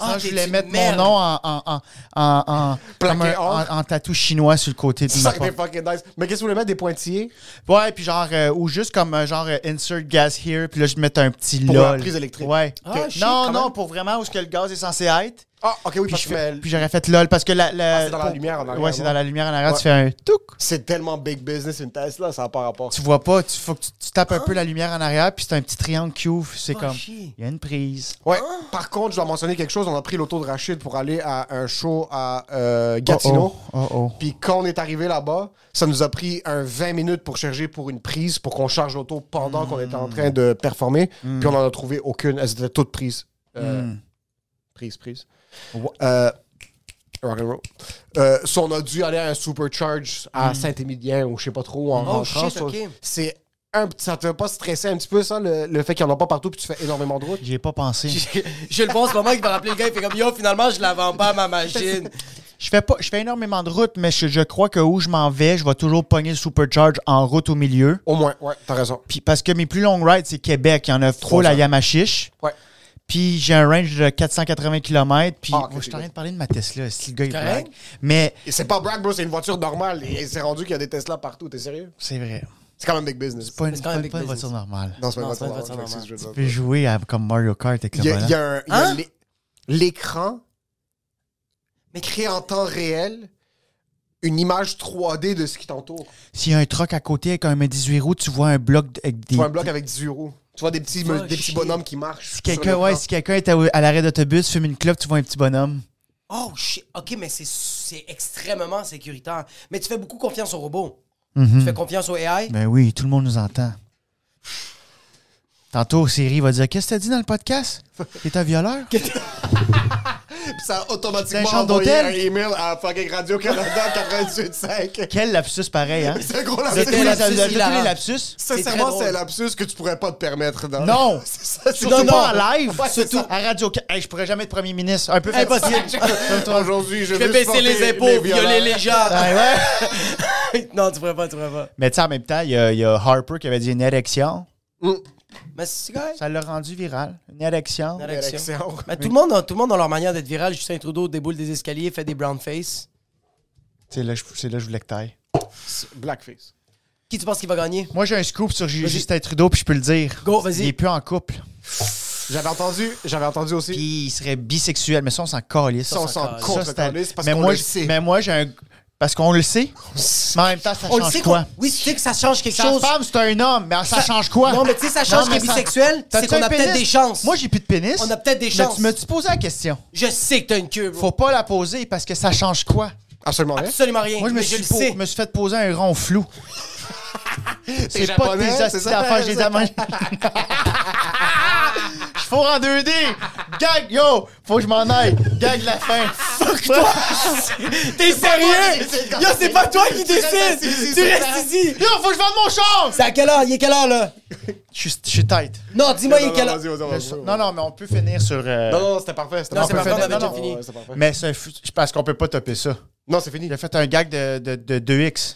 Ah, Sinon, je t'es voulais une mettre mon merde. nom en, en, en, en, en- Plaqué comme un- or. en- en tatou chinois sur le côté de ma Ça, c'est porte. fucking nice. Mais qu'est-ce que vous voulez mettre? Des pointillés? Ouais, puis genre, euh, ou juste comme euh, genre euh, insert gas here, puis là, je mets un petit Pour lol. la prise électrique. Ouais. Ah, Que- shit, non, quand non, même. pour vraiment où ce que le gaz est censé être. Ah, ok, oui, Puis parce je que fais- mais puis j'aurais fait lol parce que la. la- Ah, c'est dans la lumière en arrière, Ouais, c'est non? dans la lumière en arrière. Ouais. Tu fais un touc. c'est tellement big business une Tesla, ça n'a pas rapport. Tu vois pas. Tu, faut que tu, tu tapes un Ah. peu la lumière en arrière, puis c'est un petit triangle qui ouvre. C'est comme. chier. Il y a une prise. Ouais. Par contre, je dois mentionner quelque chose. On a pris l'auto de Rachid pour aller à un show à euh, Gatineau. Oh, oh. Oh, oh. Puis quand on est arrivé là-bas, ça nous a pris un 20 minutes pour charger pour une prise, pour qu'on charge l'auto pendant qu'on était en train de performer. Mm. Puis on n'en a trouvé aucune. Elles étaient toutes prises. Euh, Prise, prise. Euh, rock'n'roll. Euh, so, on a dû aller à un supercharge à Saint-Émilien ou je sais pas trop en Mm. Oh, rentrant. shit, So, ok. C'est un petit- ça te fait pas stresser un petit peu ça, le, le fait qu'il n'y en a pas partout puis tu fais énormément de route? J'y ai pas pensé. (laughs) J'ai le bon ce moment qui va rappeler le gars, il fait comme Yo, finalement, je la vends pas ma machine. Je fais pas. Je fais énormément de route, mais je, je crois que où je m'en vais, je vais toujours pogner le supercharge en route au milieu. Au moins, ouais, t'as raison. Puis parce que mes plus longues rides, c'est Québec. Il y en a trop Trois la heures. Yamachiche. Ouais. Puis j'ai un range de 480 km. Puis Ah, ok, Oh, je suis en c'est train de parler de ma Tesla. Si le gars il Correct. blague. Mais Et c'est pas brag, bro, c'est une voiture normale. Et c'est rendu qu'il y a des Tesla partout, t'es sérieux? c'est vrai. C'est quand même big business. Pas une, C'est quand pas même une- pas une big voiture business. normale. Non, c'est pas une Non, c'est voiture pas une normale. voiture c'est ce que je veux Tu peux dire. jouer à- comme Mario Kart avec le Il y a, volant. il y a un- il y a Hein? l'é- l'écran crée en temps réel une image 3D de ce qui t'entoure. S'il y a un truck à côté avec un 18 roues, tu vois un bloc d- avec des. Tu vois un bloc avec 18 euros. Tu vois des petits, Oh, des petits shit. bonhommes qui marchent. Si sur quelqu'un l'écran. ouais, si quelqu'un est à, à l'arrêt d'autobus, fume une clope, tu vois un petit bonhomme. oh shit. Ok, mais c'est- c'est extrêmement sécuritaire. Mais tu fais beaucoup confiance aux robots. Tu fais confiance au AI. (laughs) Ben oui, tout le monde nous entend. Tantôt, Siri va dire Qu'est-ce que t'as dit dans le podcast T'es un violeur Puis ça a Dans automatiquement les chambres envoyé d'hôtel. un email à fucking Radio-Canada (laughs) 98.5. Quel lapsus pareil, hein C'est un gros De lapsus. tous les, lapsus de tous les hilarant. lapsus très Sincèrement, drôle. c'est un lapsus que tu pourrais pas te permettre. dans- Non. (laughs) C'est ça, Tu surtout donnes pas pas en live, Ouais, c'est surtout ça. à Radio Hey, je pourrais jamais être premier ministre. Un peu facile. Comme toi. Aujourd'hui, Je je, vais veux baisser supporter les impôts, violer violeurs. les gens. Ouais, ouais. (laughs) non, tu pourrais pas, tu pourrais pas. Mais tu sais, en même temps, il y, a- il y a Harper qui avait dit une érection. Mais c'est correct. Ça l'a rendu viral. Une érection. Une érection. Élection. Mais tout le monde, a- tout le monde a leur manière d'être viral. Justin Trudeau déboule des escaliers, fait des brown face. C'est là, je- c'est là que je voulais que t'ailles. Blackface. Qui tu penses qui va gagner? Moi, j'ai un scoop sur Justin Trudeau, puis je peux le dire. Go, vas-y. Il est plus en couple. J'avais entendu, j'avais entendu aussi. Puis il serait bisexuel, mais ça, on s'en calisse. Ça, on s'en calisse. contre, Ça, c'est à- calisse, parce mais qu'on moi, le je- sait. Mais moi, j'ai un... Parce qu'on le sait. Mais en même temps, ça On le change sait quoi? qu'on- Oui, tu sais que ça change quelque Sa chose. femme, c'est un homme, mais ça, Ça- change quoi? Non, mais tu sais, ça change mais qu'il est bisexuel, T'as-tu c'est qu'on un a peut-être pénis? des chances. Moi, j'ai plus de pénis. On a peut-être des Mais chances. tu m'as-tu posé la question? Je sais que t'as une queue, bro. Faut pas la poser parce que ça change quoi? Absolument rien. Absolument rien. Moi, je me mais suis, le po- sais. me suis fait poser un rond flou. T'es C'est pas japonais, tes c'est astuces ça? d'affaires, je les ai mangées. (laughs) Je fourre en 2D. Gag, yo, faut que je m'en aille. Gag la fin. Fuck (laughs) toi. T'es sérieux? C'est pas moi qui décide. Yo, c'est pas toi qui restes ici, décides. Tu c'est restes ici. Yo, faut que je vende mon char. C'est à quelle heure? Il est quelle heure, là? Je suis- je suis tête. Non, dis-moi, il est quelle heure. Vas-y, vas-y, vas-y, vas-y. Non, non, mais on peut finir sur. euh, Non, non, c'était parfait. C'était Non, c'est on peut parfait, finir- on avait non, déjà non. fini. Ouais, c'est parfait. Mais c'est fou- je pense qu'on peut pas topper ça. Non, c'est fini. Il a fait un gag de, de, de 2X.